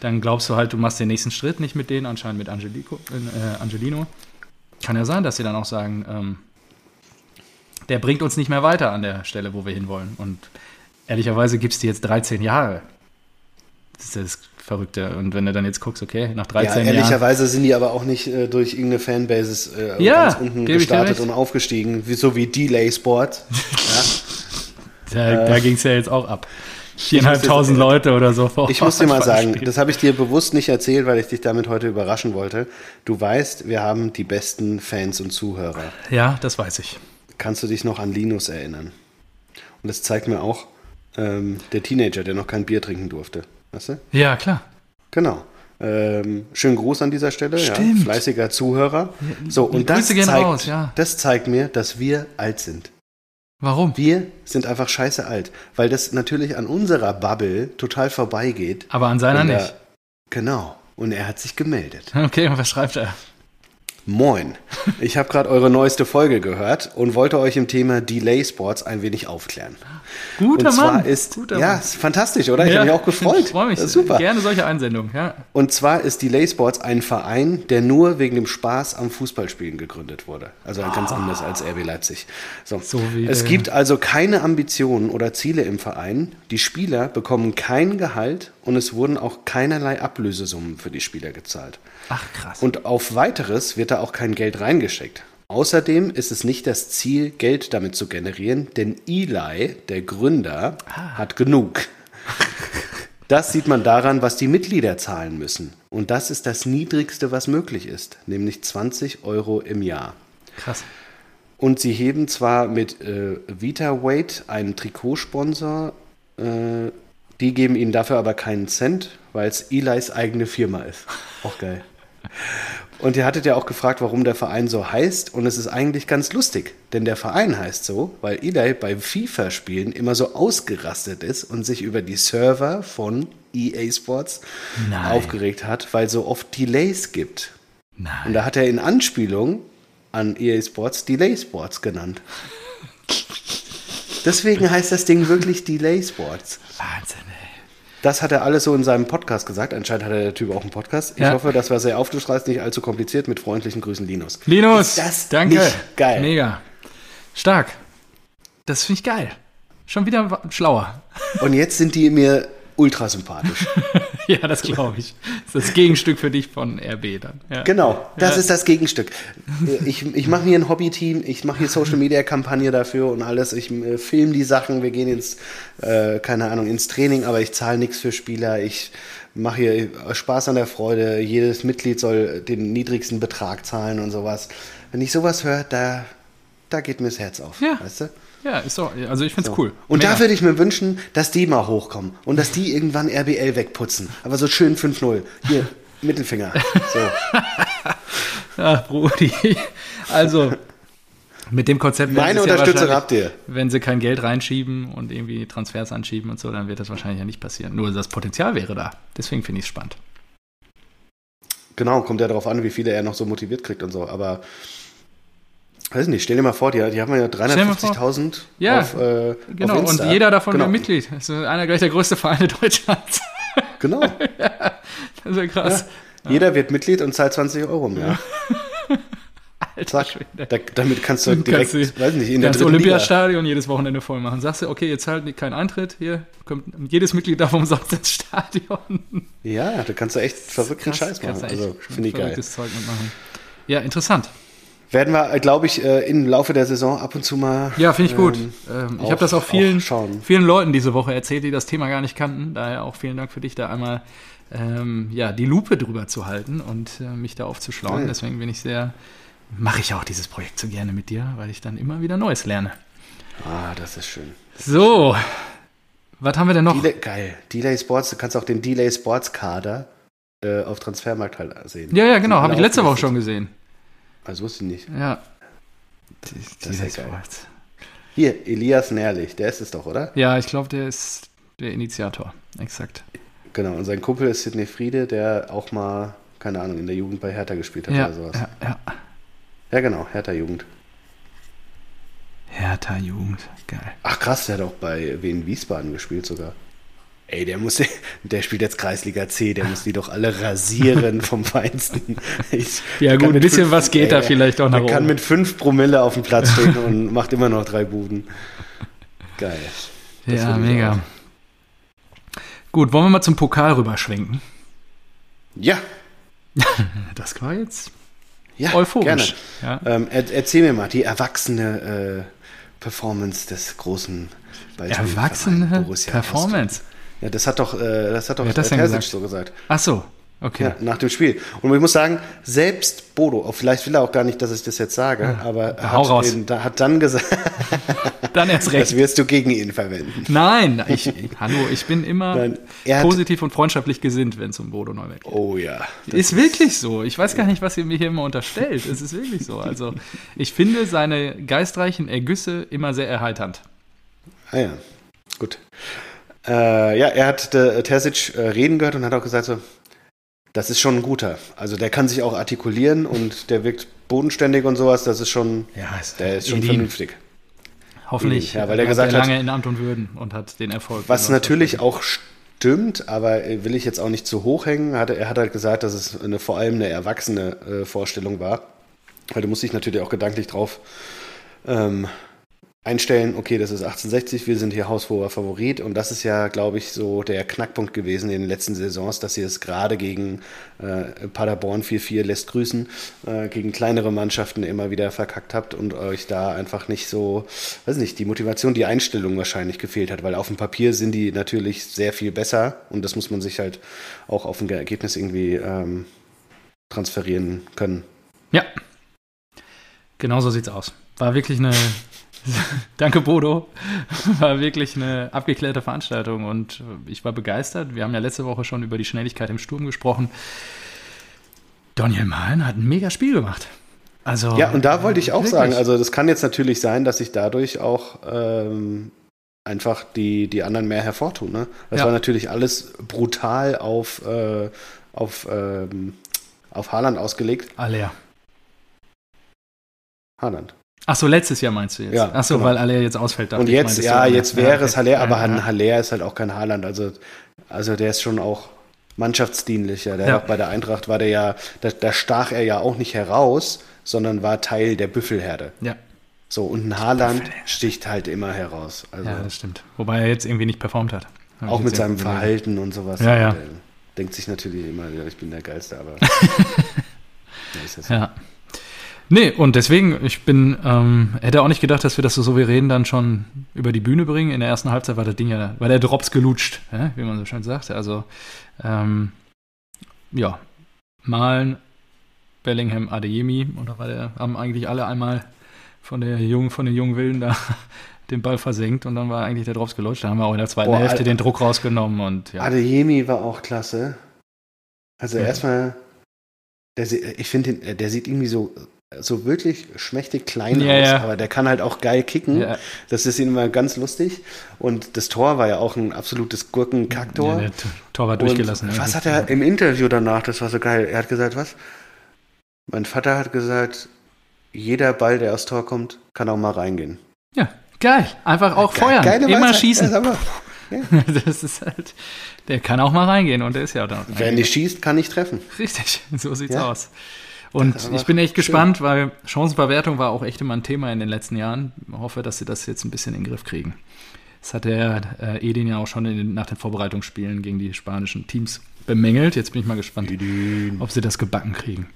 S2: dann glaubst du halt, du machst den nächsten Schritt nicht mit denen, anscheinend mit Angelico, äh, Angelino. Kann ja sein, dass sie dann auch sagen, ähm, der bringt uns nicht mehr weiter an der Stelle, wo wir hinwollen. Und ehrlicherweise gibst du jetzt 13 Jahre. Das ist das Verrückte. Und wenn du dann jetzt guckst, okay, nach
S1: Ja,
S2: 13 Jahren.
S1: ehrlicherweise sind die aber auch nicht äh, durch irgendeine Fanbases äh,
S2: Ja,
S1: ganz unten
S2: gebe ich dir
S1: gestartet
S2: recht.
S1: und aufgestiegen, wie, so wie Delay Sport.
S2: Da,
S1: Äh.
S2: da ging es ja jetzt auch ab. Viereinhalbtausend
S1: jetzt-
S2: Leute oder so. vor
S1: Ich muss dir mal
S2: Anfang
S1: sagen,
S2: spielen.
S1: das habe ich dir bewusst nicht erzählt, weil ich dich damit heute überraschen wollte. Du weißt, wir haben die besten Fans und Zuhörer.
S2: Ja, das weiß ich.
S1: Kannst du dich noch an Linus erinnern? Und das zeigt mir auch ähm, der Teenager, der noch kein Bier trinken durfte. Weißt du?
S2: Ja, klar.
S1: Genau. Ähm, schönen Gruß an dieser Stelle, ja,
S2: Stimmt.
S1: fleißiger Zuhörer. So, und
S2: Grüße
S1: das
S2: gehen
S1: zeigt,
S2: raus, ja.
S1: das zeigt mir, dass wir alt sind.
S2: Warum?
S1: Wir sind einfach scheiße alt, weil das natürlich an unserer Bubble total vorbeigeht.
S2: Aber an seiner
S1: Und er-
S2: nicht.
S1: Genau. Und er hat sich gemeldet.
S2: Okay, und was schreibt er?
S1: Moin. Ich habe gerade eure neueste Folge gehört und wollte euch im Thema Delay Sports ein wenig aufklären.
S2: Guter
S1: und zwar
S2: Mann.
S1: ist
S2: Guter
S1: ja
S2: Mann.
S1: ist fantastisch, oder? Ich
S2: Ja,
S1: habe mich auch gefreut.
S2: Ich freue mich.
S1: Das ist super.
S2: Gerne solche Einsendungen, ja.
S1: Und zwar ist Delay Sports ein Verein, der nur wegen dem Spaß am Fußballspielen gegründet wurde. Also ganz anders als RB Leipzig. So.
S2: Ah. So wie
S1: es
S2: der-
S1: gibt also keine Ambitionen oder Ziele im Verein. Die Spieler bekommen kein Gehalt und es wurden auch keinerlei Ablösesummen für die Spieler gezahlt.
S2: Ach krass.
S1: Und auf weiteres wird da auch kein Geld reingesteckt. Außerdem ist es nicht das Ziel, Geld damit zu generieren, denn Eli, der Gründer, hat genug. Das sieht man daran, was die Mitglieder zahlen müssen. Und das ist das Niedrigste, was möglich ist, nämlich 20 Euro im Jahr.
S2: krass.
S1: Und sie heben zwar mit äh, VitaWeight einen Trikotsponsor, äh, die geben ihnen dafür aber keinen Cent, weil es Elis eigene Firma ist. Auch geil. Und ihr hattet ja auch gefragt, warum der Verein so heißt. Und es ist eigentlich ganz lustig, denn der Verein heißt so, weil Eli beim FIFA-Spielen immer so ausgerastet ist und sich über die Server von EA Sports
S2: Nein.
S1: aufgeregt hat, weil so oft Delays gibt. Und
S2: Nein.
S1: da hat er in Anspielung an EA Sports Delay Sports genannt. Deswegen heißt das Ding wirklich Delay Sports.
S2: Wahnsinn, ey.
S1: Das hat er alles so in seinem Podcast gesagt. Anscheinend hat der Typ auch einen Podcast. Ich
S2: Ja.
S1: hoffe, das war sehr aufschlussreich, nicht allzu kompliziert. Mit freundlichen Grüßen, Linus.
S2: Linus,
S1: Ist das
S2: danke.
S1: nicht geil?
S2: Mega. Stark. Das finde ich geil. Schon wieder wa- schlauer.
S1: Und jetzt sind die mir ultra sympathisch.
S2: ja, das glaube ich. Das ist das Gegenstück für dich von RB dann. Ja.
S1: Genau, das
S2: Ja.
S1: ist das Gegenstück. Äh, Ich, ich mache hier ein Hobbyteam, ich mache hier Social-Media-Kampagne dafür und alles. Ich äh, film die Sachen, wir gehen ins, äh, keine Ahnung, ins Training, aber ich zahle nichts für Spieler. Ich mache hier äh, Spaß an der Freude. Jedes Mitglied soll den niedrigsten Betrag zahlen und sowas. Wenn ich sowas höre, da, da geht mir das Herz auf,
S2: Ja.
S1: weißt du?
S2: Ja, ist so. Also ich finde es cool.
S1: Und
S2: Mega.
S1: da würde ich mir wünschen, dass die mal hochkommen und dass die irgendwann RBL wegputzen. Aber so schön 5-0. Hier, Mittelfinger. So.
S2: Ach, Ah, Brudi. Also, mit dem Konzept. werden
S1: Meine
S2: sie es
S1: Unterstützer
S2: wahrscheinlich-
S1: habt ihr.
S2: Wenn sie kein Geld reinschieben und irgendwie Transfers anschieben und so, dann wird das wahrscheinlich ja nicht passieren. Nur das Potenzial wäre da. Deswegen finde ich es spannend.
S1: Genau, kommt ja darauf an, wie viele er noch so motiviert kriegt und so. Aber weiß nicht, stell dir mal vor, die, die haben ja
S2: dir mal vor.
S1: 350.000
S2: Ja,
S1: auf, äh,
S2: Genau,
S1: auf Insta.
S2: und jeder davon
S1: genau.
S2: wird Mitglied. Das ist einer gleich der größte Vereine Deutschlands.
S1: Genau,
S2: Das ist ja krass.
S1: jeder wird Mitglied und zahlt 20 Euro im Jahr.
S2: Alter
S1: Zack,
S2: Schwede.
S1: da, damit kannst du direkt,
S2: kannst
S1: weiß nicht, in der
S2: das
S1: dritten Liga.
S2: Olympiastadion jedes Wochenende voll machen. Sagst du, okay, jetzt halt kein Eintritt, hier kommt jedes Mitglied davon umsonst ins Stadion.
S1: Ja, da kannst du echt verrückten
S2: Krass,
S1: Scheiß
S2: kannst
S1: machen.
S2: du echt
S1: Also,
S2: schon
S1: finde ich geil.
S2: verrücktes Zeug mitmachen. Ja, interessant.
S1: Werden wir, glaube ich, äh, im Laufe der Saison ab und zu mal.
S2: Ja, finde ich gut.
S1: ähm,
S2: Ähm, ich
S1: auch-
S2: habe das auch vielen,
S1: auch schauen.
S2: vielen Leuten diese Woche erzählt, die das Thema gar nicht kannten. Daher auch vielen Dank für dich, da einmal ähm, ja, die Lupe drüber zu halten und äh, mich da aufzuschlauen.
S1: Geil.
S2: Deswegen bin ich sehr, mache ich auch dieses Projekt so gerne mit dir, weil ich dann immer wieder Neues lerne.
S1: Ah, das ist schön.
S2: So, was haben wir denn noch?
S1: Delay, geil. Delay Sports, du kannst auch den Delay Sports Kader äh, auf Transfermarkt halt sehen.
S2: Ja, ja,
S1: Sind
S2: genau,
S1: alle
S2: habe ich letzte Woche
S1: aufgelistet.
S2: schon gesehen.
S1: Also wusste ich nicht.
S2: Ja.
S1: Das ist ja geil.
S2: Sports.
S1: Hier, Elias Nährlich, der ist es doch, oder?
S2: ja, ich glaube, der ist der Initiator. Exakt.
S1: Genau, und sein Kumpel ist Sidney Friede, der auch mal, keine Ahnung, in der Jugend bei Hertha gespielt hat
S2: Ja,
S1: oder sowas.
S2: ja, ja.
S1: Ja, genau, Hertha-Jugend.
S2: Hertha Jugend. Geil.
S1: Ach krass, der hat auch bei Wien Wiesbaden gespielt sogar. Ey, der muss, der spielt jetzt Kreisliga C, der muss die doch alle rasieren vom Feinsten. Ich-
S2: Ja,
S1: der
S2: gut,
S1: kann
S2: ein
S1: mit
S2: bisschen
S1: fünf-
S2: was geht da
S1: der-
S2: vielleicht auch nach
S1: Der kann
S2: oben.
S1: mit fünf Promille auf dem Platz stehen und macht immer noch drei Buden. Geil. Das
S2: ja,
S1: finde ich
S2: mega.
S1: auch.
S2: Gut, wollen wir mal zum Pokal rüberschwenken?
S1: Ja,
S2: Das war jetzt
S1: ja,
S2: euphorisch.
S1: Gerne.
S2: Ja.
S1: Ähm, er, erzähl mir mal die erwachsene äh, Performance des großen Ballspielvereins
S2: Erwachsene
S1: Borussia Rostock.
S2: Performance.
S1: Ja, das hat doch, äh, das hat doch
S2: Wer hat das
S1: der
S2: denn
S1: Terzic
S2: gesagt?
S1: so gesagt.
S2: Ach so, Okay.
S1: Ja, nach dem Spiel. Und ich muss sagen, selbst Bodo, auch vielleicht will er auch gar nicht, dass ich das jetzt sage, aber er
S2: hau
S1: hat,
S2: raus.
S1: eben- da- hat dann gesagt,
S2: Dann erst
S1: das
S2: recht.
S1: wirst du gegen ihn verwenden.
S2: Nein, ich, hallo, ich bin immer
S1: Nein, er hat-
S2: positiv und freundschaftlich gesinnt, wenn es um Bodo Neuwert geht.
S1: Oh ja.
S2: ist wirklich so. Ich weiß gar nicht, was ihr mir hier immer unterstellt. Es ist wirklich so. Also, ich finde seine geistreichen Ergüsse immer sehr erheiternd.
S1: Ah ja, gut. Äh, ja, er hat äh, Terzic äh, reden gehört und hat auch gesagt so, das ist schon ein guter. Also der kann sich auch artikulieren und der wirkt bodenständig und sowas. Das ist schon,
S2: Ja, ist
S1: der ist schon
S2: Edin.
S1: vernünftig.
S2: Hoffentlich
S1: Ja, weil er
S2: bleibt
S1: gesagt
S2: er
S1: hat-
S2: lange in Amt und Würden und hat den Erfolg.
S1: Was
S2: genossen.
S1: natürlich auch stimmt, aber äh, will ich jetzt auch nicht zu hoch hängen. Hat, er hat halt gesagt, dass es eine, vor allem eine erwachsene äh, Vorstellung war. Weil du musst dich natürlich auch gedanklich drauf ähm, einstellen, okay, das ist 1860, wir sind hier haushoher Favorit. Und das ist ja, glaube ich, so der Knackpunkt gewesen in den letzten Saisons, dass sie es gerade gegen äh, Paderborn 4-4 lässt grüßen, äh, gegen kleinere Mannschaften immer wieder verkackt habt und euch da einfach nicht so, weiß nicht, die Motivation, die Einstellung wahrscheinlich gefehlt hat. Weil auf dem Papier sind die natürlich sehr viel besser und das muss man sich halt auch auf ein Ergebnis irgendwie ähm, transferieren können.
S2: Ja. Genau so sieht's aus. War wirklich eine. Danke, Bodo. War wirklich eine abgeklärte Veranstaltung und äh, ich war begeistert. Wir haben ja letzte Woche schon über die Schnelligkeit im Sturm gesprochen. Daniel Mahlen hat ein mega Spiel gemacht. Also,
S1: Ja, und da wollte ich auch
S2: wirklich.
S1: sagen, also das kann jetzt natürlich sein, dass sich dadurch auch ähm, einfach die, die anderen mehr hervortun. Ne? Das
S2: Ja.
S1: war natürlich alles brutal auf, äh, auf, ähm, auf Haaland ausgelegt.
S2: Aller.
S1: Haaland.
S2: Ach so, letztes Jahr meinst du jetzt?
S1: Ja,
S2: Ach so,
S1: genau.
S2: weil Aller jetzt ausfällt. dachte
S1: Und
S2: ich,
S1: jetzt,
S2: meintest du
S1: ja,
S2: Aller.
S1: jetzt wäre es
S2: okay.
S1: Haller, aber
S2: Ja,
S1: Han
S2: ja.
S1: Haller ist halt auch kein Haaland. Also, also der ist schon auch mannschaftsdienlicher. Der
S2: Ja.
S1: hat auch bei der Eintracht war der ja, da, da stach er ja auch nicht heraus, sondern war Teil der Büffelherde.
S2: Ja,
S1: So, und ein Haaland sticht halt immer heraus. Also,
S2: ja, das stimmt. Wobei er jetzt irgendwie nicht performt hat. Hab
S1: Auch
S2: ich
S1: mit
S2: jetzt
S1: seinem
S2: irgendwie gesehen.
S1: Verhalten und sowas.
S2: Ja, ja.
S1: Und, äh, Denkt sich natürlich immer, ja, ich bin der Geilste, aber. ja, ist das so.
S2: Ja. Nee, und deswegen, ich bin, ähm, hätte auch nicht gedacht, dass wir das so souverän dann schon über die Bühne bringen. In der ersten Halbzeit war das Ding ja, war der Drops gelutscht, ja, wie man so schön sagt. Also, ähm, ja, Malen, Bellingham, Adeyemi, und da war der, haben eigentlich alle einmal von der jungen, von den jungen Willen da den Ball versenkt und dann war eigentlich der Drops gelutscht. Da haben wir auch in der zweiten
S1: Boah,
S2: Hälfte
S1: Al-
S2: den Druck rausgenommen und ja.
S1: Adeyemi war auch klasse. Also
S2: Ja.
S1: erstmal, der, sie- ich finde, den- äh, der sieht irgendwie so, so wirklich schmächtig klein
S2: Ja,
S1: aus,
S2: ja.
S1: aber der kann halt auch geil kicken.
S2: ja,
S1: Das ist immer ganz lustig. Und das Tor war ja auch ein absolutes
S2: ja,
S1: Gurkenkacktor.
S2: der T- Tor war
S1: Und
S2: durchgelassen.
S1: Was
S2: irgendwie.
S1: hat er im Interview danach, das war so geil, er hat gesagt, was? Mein Vater hat gesagt, jeder Ball, der aufs Tor kommt, kann auch mal reingehen.
S2: Ja, geil. Einfach auch feuern.
S1: Geile
S2: Immer
S1: Weisheit.
S2: schießen.
S1: Ja, aber
S2: Das ist halt, der kann auch mal reingehen und der ist ja da.
S1: Wer nicht schießt, kann nicht treffen.
S2: Richtig, so sieht's
S1: Ja.
S2: aus. Und
S1: Das ist
S2: ich bin
S1: schön.
S2: echt gespannt, weil Chancenverwertung war auch echt immer ein Thema in den letzten Jahren. Ich hoffe, dass sie das jetzt ein bisschen in den Griff kriegen. Das hat der äh, Edin ja auch schon in den, nach den Vorbereitungsspielen gegen die spanischen Teams bemängelt. Jetzt bin ich mal gespannt, ob sie das gebacken kriegen.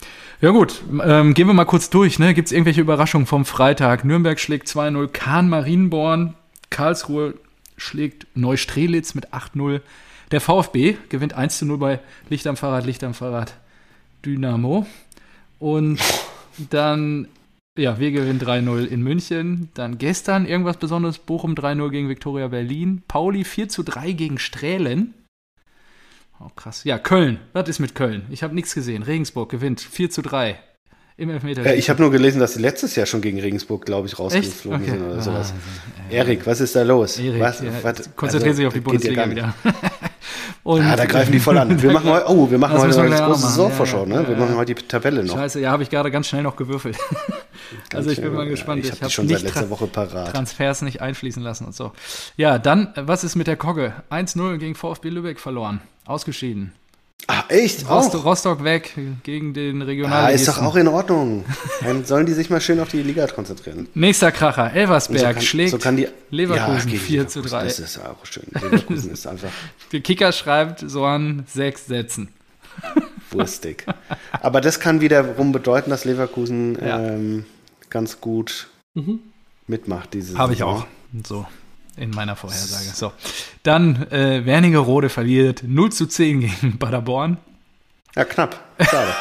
S2: Ja gut, ähm, gehen wir mal kurz durch. Ne? Gibt es irgendwelche Überraschungen vom Freitag? Nürnberg schlägt 2-0 Kahn Marienborn. Karlsruhe schlägt Neustrelitz mit 8-0. Der VfB gewinnt 1-0 bei Licht am Fahrrad, Licht am Fahrrad Dynamo. Und dann, ja, wir gewinnen 3-0 in München. Dann gestern irgendwas Besonderes, Bochum 3-0 gegen Viktoria Berlin. Pauli 4-3 gegen Strählen. Oh, krass. Ja, Köln. Was ist mit Köln? Ich habe nichts gesehen. Regensburg gewinnt 4-3 im Elfmeter.
S1: Ja, Äh, ich habe nur gelesen, dass sie letztes Jahr schon gegen Regensburg, glaube ich,
S2: Echt?
S1: rausgeflogen
S2: Okay.
S1: sind oder sowas.
S2: Ah, äh,
S1: Erik, was ist da los?
S2: Erik,
S1: was,
S2: ja,
S1: was-
S2: konzentrieren
S1: also,
S2: Sie sich auf die
S1: das geht ja
S2: Bundesliga
S1: gar nicht.
S2: wieder. Und-
S1: Ah, da greifen die voll an. Wir machen heute, oh, wir machen
S2: Das
S1: heute
S2: müssen wir
S1: noch
S2: gleich
S1: eine
S2: auch
S1: große
S2: machen.
S1: Saisonvorschau,
S2: Ja, ja,
S1: ne? Wir
S2: ja,
S1: machen
S2: ja.
S1: heute die Tabelle noch.
S2: Scheiße, ja, habe ich gerade ganz schnell noch gewürfelt. also ich bin mal
S1: Ja,
S2: gespannt.
S1: Äh, Ich habe
S2: hab
S1: die schon
S2: nicht
S1: seit letzter
S2: tra-
S1: Woche parat.
S2: Transfers nicht einfließen lassen und so. Ja, dann, äh, was ist mit der Kogge? 1-0 gegen VfB Lübeck verloren. Ausgeschieden.
S1: Ah, echt?
S2: Rost
S1: Auch?
S2: Rostock weg gegen den Regionalen.
S1: Ah, ist doch auch in Ordnung. Dann sollen die sich mal schön auf die Liga konzentrieren.
S2: Nächster Kracher,
S1: Und so
S2: Elversberg
S1: kann-
S2: schlägt
S1: so kann die-
S2: Leverkusen
S1: gegen
S2: 4 zu
S1: Leverkusen,
S2: 3.
S1: Das ist auch schön. Leverkusen ist einfach
S2: Der Kicker schreibt so an sechs Sätzen.
S1: wurstig. Aber das kann wiederum bedeuten, dass Leverkusen
S2: Ja.
S1: ähm, ganz gut mitmacht. Diese
S2: Habe ich
S1: Saison.
S2: auch. So. In meiner Vorhersage. So. Dann äh, Wernigerode verliert 0 zu 10 gegen Paderborn.
S1: Ja, knapp. Schade.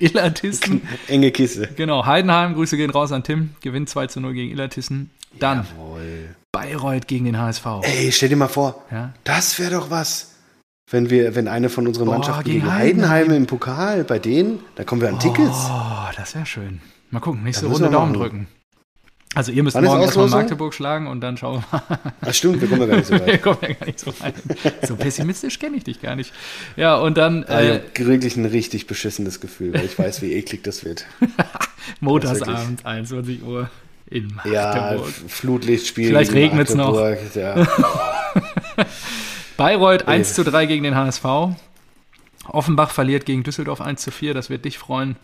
S2: Illertissen.
S1: Enge Kiste.
S2: Genau, Heidenheim, Grüße gehen raus an Tim. Gewinnt 2 zu 0 gegen Illertissen. Dann
S1: Jawohl.
S2: Bayreuth gegen den HSV.
S1: Ey, stell dir mal vor,
S2: Ja.
S1: das wäre doch was. Wenn wir, wenn eine von unseren
S2: Boah,
S1: Mannschaften
S2: gegen
S1: gegen Heidenheim
S2: Heidenheim.
S1: im Pokal, bei denen, da kommen wir an Tickets.
S2: Oh, das wäre schön. Mal gucken, nächste
S1: Das müssen
S2: Runde
S1: wir
S2: Daumen
S1: machen.
S2: drücken. Also ihr müsst
S1: Wann ist
S2: morgen erstmal
S1: Auslosung?
S2: Magdeburg schlagen und dann schauen wir mal.
S1: Ach stimmt, wir kommen ja gar nicht so
S2: Wir
S1: weit.
S2: kommen ja gar nicht so weit. So pessimistisch kenne ich dich gar nicht. Ja, und dann
S1: Ah,
S2: äh,
S1: ich habe wirklich ein richtig beschissenes Gefühl, weil ich weiß, wie eklig das wird.
S2: montagsabends, 21 Uhr in
S1: Ja,
S2: Magdeburg.
S1: F- Flutlichtspiel.
S2: Vielleicht
S1: gegen
S2: regnet's noch.
S1: Magdeburg, Ja.
S2: Bayreuth 1 zu 3 gegen den HSV. Offenbach verliert gegen Düsseldorf 1 zu 4, das wird dich freuen.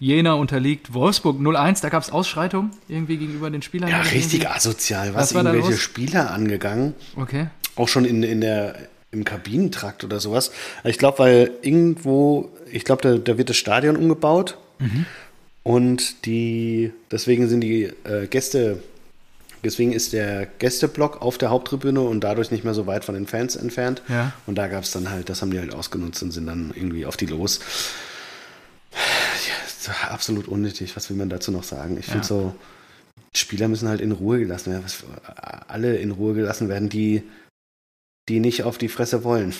S2: Jena unterliegt Wolfsburg 0-1, da gab es Ausschreitungen irgendwie gegenüber den Spielern.
S1: ja,
S2: Oder
S1: richtig asozial. Was,
S2: Was war da
S1: irgendwelche
S2: los?
S1: Spieler angegangen.
S2: irgendwie? Okay.
S1: Auch schon in, in der, im Kabinentrakt oder sowas. Ich glaube, weil irgendwo, ich glaube, da, da wird das Stadion umgebaut.
S2: Mhm.
S1: Und die, deswegen sind die äh, Gäste, deswegen ist der Gästeblock auf der Haupttribüne und dadurch nicht mehr so weit von den Fans entfernt.
S2: Ja.
S1: Und da gab es dann halt, das haben die halt ausgenutzt und sind dann irgendwie auf die los. Ja, ist absolut unnötig, was will man dazu noch sagen? Ich finde so, Spieler müssen halt in Ruhe gelassen werden, was, alle in Ruhe gelassen werden, die, die nicht auf die Fresse wollen.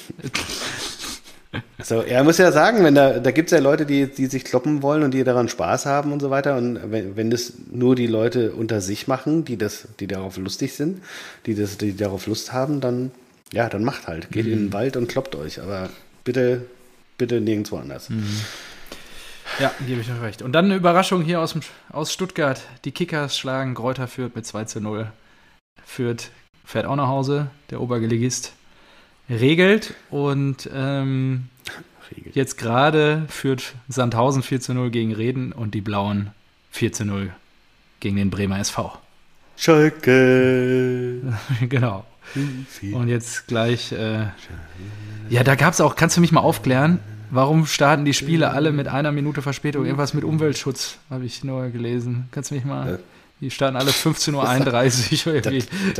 S1: So, er muss ja sagen, wenn da, da gibt es ja Leute, die, die sich kloppen wollen und die daran Spaß haben und so weiter. Und wenn, wenn das nur die Leute unter sich machen, die das, die darauf lustig sind, die das, die darauf Lust haben, dann ja, dann macht halt. Geht in den Wald und kloppt euch. Aber bitte, bitte nirgendwo anders.
S2: Ja, gebe ich euch recht. Und dann eine Überraschung hier aus, dem, aus Stuttgart. Die Kickers schlagen Gräuter Fürth mit 2 zu 0. Fürth fährt auch nach Hause, der Oberligist regelt und ähm,
S1: Regel.
S2: jetzt gerade führt Sandhausen 4 zu 0 gegen Reden und die Blauen 4 zu 0 gegen den Bremer SV.
S1: Schalke.
S2: genau. Und jetzt gleich, äh, ja, da gab es auch, kannst du mich mal aufklären, warum starten die Spiele alle mit einer Minute Verspätung? Irgendwas mit Umweltschutz, habe ich nur gelesen. Kannst du mich mal,
S1: Ja.
S2: die starten alle 15.31 Uhr
S1: Das,
S2: irgendwie.
S1: das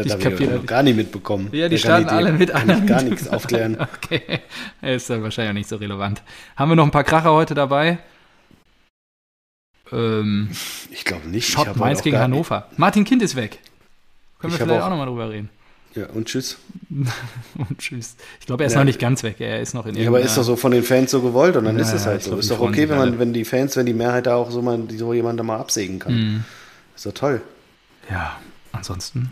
S2: ich
S1: habe ich
S2: kapiere
S1: noch gar nicht mitbekommen.
S2: Ja, die
S1: Da kann
S2: starten
S1: ich dir-
S2: alle mit
S1: kann ich
S2: einer
S1: gar
S2: Minute.
S1: nichts aufklären.
S2: Okay, ist dann wahrscheinlich auch nicht so relevant. Haben wir noch ein paar Kracher heute dabei? Ähm,
S1: Ich glaube nicht. Ich
S2: Schott
S1: habe
S2: Mainz
S1: auch
S2: gegen
S1: gar
S2: Hannover. Martin Kind ist weg. Können
S1: Ich
S2: wir
S1: hab
S2: vielleicht auch,
S1: auch-
S2: nochmal drüber reden.
S1: Nicht. Ja, und tschüss.
S2: Und tschüss. Ich glaube, er ist
S1: Ja.
S2: noch nicht ganz weg. Er ist noch in
S1: Ja, aber ist
S2: irgendeiner-
S1: doch so von den Fans so gewollt und dann
S2: Ja,
S1: ist es
S2: ja,
S1: halt
S2: ich
S1: so.
S2: glaub,
S1: Ist
S2: die
S1: doch
S2: freuen
S1: okay,
S2: sich
S1: wenn
S2: alle.
S1: man, wenn die Fans, wenn die Mehrheit da auch so mal so jemanden da mal absägen kann.
S2: Mhm.
S1: Ist doch toll.
S2: Ja, ansonsten,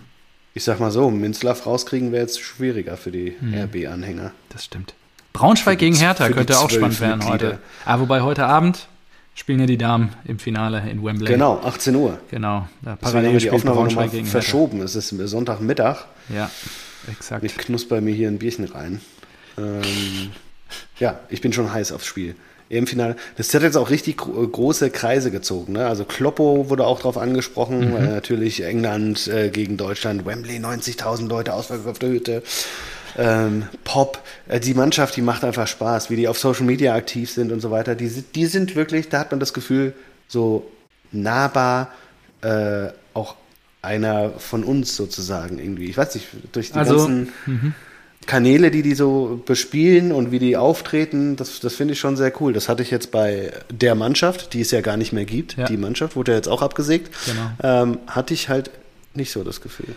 S1: Ich sag mal so, Minzlaff rauskriegen wäre jetzt schwieriger für die
S2: Mhm.
S1: RB-Anhänger.
S2: das stimmt. Braunschweig
S1: Für die-
S2: gegen Hertha
S1: für die
S2: könnte auch
S1: zwölf
S2: spannend werden
S1: Mitglieder.
S2: heute. Ah, wobei heute Abend spielen ja die Damen im Finale in Wembley.
S1: Genau, 18 Uhr.
S2: Genau. Da
S1: Deswegen haben
S2: parallel
S1: wir die
S2: spielt
S1: Aufnahme nochmal
S2: Braunschweig gegen Hertha.
S1: verschoben. Es ist Sonntagmittag.
S2: Ja,
S1: Ich
S2: exakt.
S1: knusper mir hier ein Bierchen rein. Ähm, ja, ich bin schon heiß aufs Spiel. Im Finale. Das hat jetzt auch richtig gro äh, große Kreise gezogen. Ne? Also Kloppo wurde auch drauf angesprochen. Äh, natürlich England äh, gegen Deutschland. Wembley, 90.000 Leute, ausverkaufte Hütte. Ähm, Pop. Äh, die Mannschaft, die macht einfach Spaß. Wie die auf Social Media aktiv sind und so weiter. Die, sind- die sind wirklich, da hat man das Gefühl, so nahbar äh, auch einer von uns sozusagen irgendwie. Ich weiß nicht, durch die
S2: Also,
S1: ganzen Kanäle, die die so bespielen und wie die auftreten, das, das finde ich schon sehr cool. Das hatte ich jetzt bei der Mannschaft, die es ja gar nicht mehr gibt.
S2: Ja.
S1: Die Mannschaft wurde ja jetzt auch abgesägt.
S2: Genau.
S1: Ähm, hatte ich halt nicht so das Gefühl.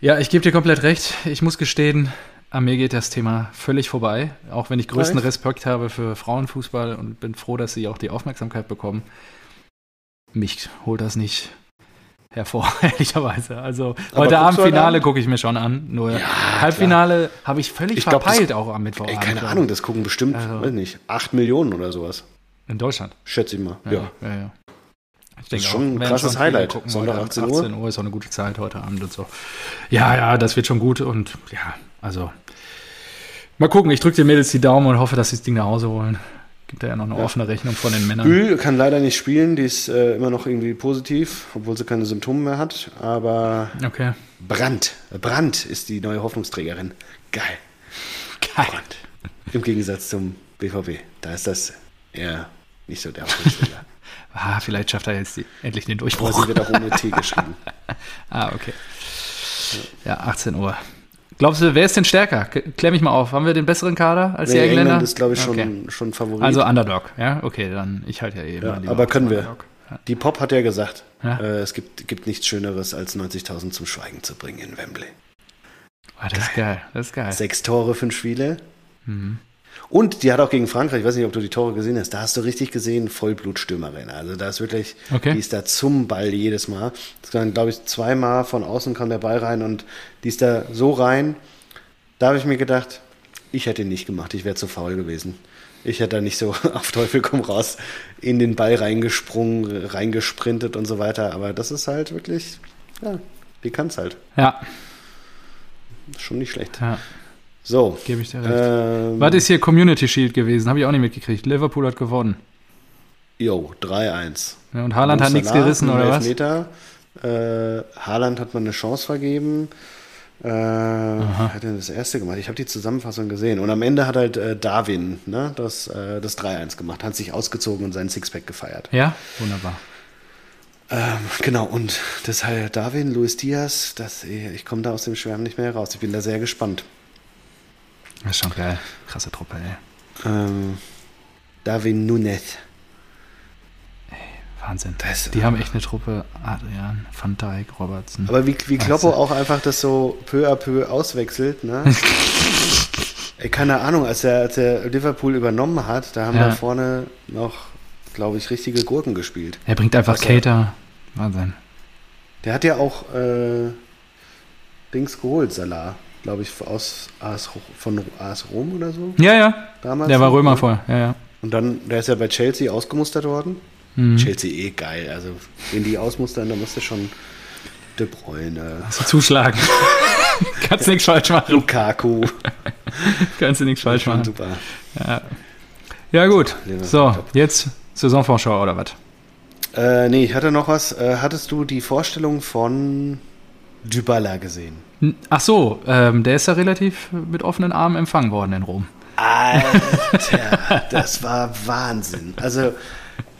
S2: Ja, ich gebe dir komplett recht. Ich muss gestehen, an mir geht das Thema völlig vorbei. Auch wenn ich größten
S1: Echt?
S2: Respekt habe für Frauenfußball und bin froh, dass sie auch die Aufmerksamkeit bekommen. Mich holt das nicht hervor, ehrlicherweise. Also
S1: Aber guckst
S2: heute Abend
S1: du heute
S2: Finale
S1: Abend?
S2: gucke ich mir schon an. Nur Halbfinale habe ich völlig
S1: Ich glaub, das-
S2: verpeilt auch am Mittwoch.
S1: Ey, keine Ahnung, das gucken bestimmt,
S2: Also-
S1: weiß nicht, 8 Millionen oder sowas.
S2: äh, In Deutschland.
S1: Schätze ich mal. Ja.
S2: ja. ja. Ich denke
S1: schon ein
S2: werden
S1: krasses
S2: viele
S1: Highlight.
S2: Gucken,
S1: Sonntag
S2: heute Abend
S1: 18 Uhr.
S2: 18 Uhr ist auch eine gute Zeit heute Abend und so. Ja, ja, das wird schon gut und ja, also mal gucken. Ich drücke den Mädels die Daumen und hoffe, dass sie das Ding nach Hause holen. Gibt da ja noch eine offene Rechnung von den Männern.
S1: Bül kann leider nicht spielen, die ist äh, immer noch irgendwie positiv, obwohl sie keine Symptome mehr hat. Aber
S2: Okay.
S1: Brandt, Brandt ist die neue Hoffnungsträgerin. Geil.
S2: Geil.
S1: Im Gegensatz zum BVB. Da ist das eher nicht so der Hoffnungsträger.
S2: Ah, vielleicht schafft er jetzt die, endlich den Ah,
S1: Aber sie
S2: Durchbruch.
S1: wird auch ohne T geschrieben.
S2: Ah, okay. Ja, 18 Uhr. Glaubst du, wer ist denn stärker? K- Klär mich mal auf. Haben wir den besseren Kader als die Engländer?
S1: England ist, glaube ich, schon,
S2: Okay.
S1: schon Favorit.
S2: Also Underdog, ja? Okay, dann ich halte ja eben.
S1: ja, aber können wir.
S2: Underdog.
S1: Die Pop hat ja gesagt,
S2: Ja.
S1: äh, es gibt, gibt nichts Schöneres, als 90.000 zum Schweigen zu bringen in Wembley.
S2: Ah, das ist geil, das ist geil.
S1: Sechs Tore, fünf Spiele.
S2: Mhm.
S1: Und die hat auch gegen Frankreich, ich weiß nicht, ob du die Tore gesehen hast, da hast du richtig gesehen, Vollblutstürmerin. Also da ist wirklich,
S2: Okay.
S1: die ist da zum Ball jedes Mal. Das kann, glaube ich, zweimal von außen kam der Ball rein und die ist da so rein. Da habe ich mir gedacht, ich hätte ihn nicht gemacht, ich wäre zu faul gewesen. Ich hätte da nicht so auf Teufel komm raus in den Ball reingesprungen, reingesprintet und so weiter. Aber das ist halt wirklich, ja, die kann es halt.
S2: Ja,
S1: Ist Schon nicht schlecht.
S2: ja.
S1: So.
S2: Gebe ich dir recht.
S1: Ähm,
S2: Was ist hier Community Shield gewesen? Habe ich auch nicht mitgekriegt. Liverpool hat gewonnen.
S1: Jo, 3-1.
S2: Ja, Und Haaland hat
S1: Mo
S2: nichts
S1: Salah,
S2: gerissen,
S1: ein
S2: oder was?
S1: Elfmeter. Äh, Haaland hat mal eine Chance vergeben. Äh, hat er das erste gemacht? Ich habe die Zusammenfassung gesehen. Und am Ende hat halt äh, Darwin ne, das, äh, das 3-1 gemacht, hat sich ausgezogen und seinen Sixpack gefeiert.
S2: Ja, wunderbar.
S1: Ähm, genau, und deshalb Darwin, Luis Diaz, das, ich komme da aus dem Schwärmen nicht mehr heraus. Ich bin da sehr gespannt.
S2: Das ist schon geil. Krasse Truppe, ey.
S1: Ähm, Darwin Nunez.
S2: Wahnsinn.
S1: Das-
S2: Die haben echt eine Truppe. Adrian, Van Dijk, Robertson.
S1: Aber wie, wie Kloppo
S2: Also-
S1: auch einfach das so peu à peu auswechselt, ne? Ey, keine Ahnung, als er, als er Liverpool übernommen hat, da haben
S2: Ja.
S1: da vorne noch, glaube ich, richtige Gurken gespielt.
S2: er bringt einfach
S1: Also-
S2: Cater. Wahnsinn.
S1: Der hat ja auch äh, Dings geholt, Salah, glaube ich, aus AS, Ro- von AS Rom oder so
S2: Ja, ja.
S1: damals.
S2: Der war Römer vorher. Ja, ja.
S1: Und dann, der ist ja bei Chelsea ausgemustert worden.
S2: Mhm.
S1: Chelsea eh geil, also wenn die ausmustern, dann musst du schon De Bruyne,
S2: Zuschlagen. Kannst nichts falsch machen.
S1: Lukaku,
S2: Kannst du nichts falsch
S1: schon
S2: machen.
S1: super.
S2: Ja, gut.
S1: Liverpool,
S2: So,
S1: top.
S2: jetzt Saisonvorschau oder was?
S1: Äh, nee, ich hatte noch was. Äh, hattest du die Vorstellung von Dybala gesehen?
S2: N- Ach so, ähm, der ist ja relativ mit offenen Armen empfangen worden in Rom.
S1: Alter, das war Wahnsinn. Also,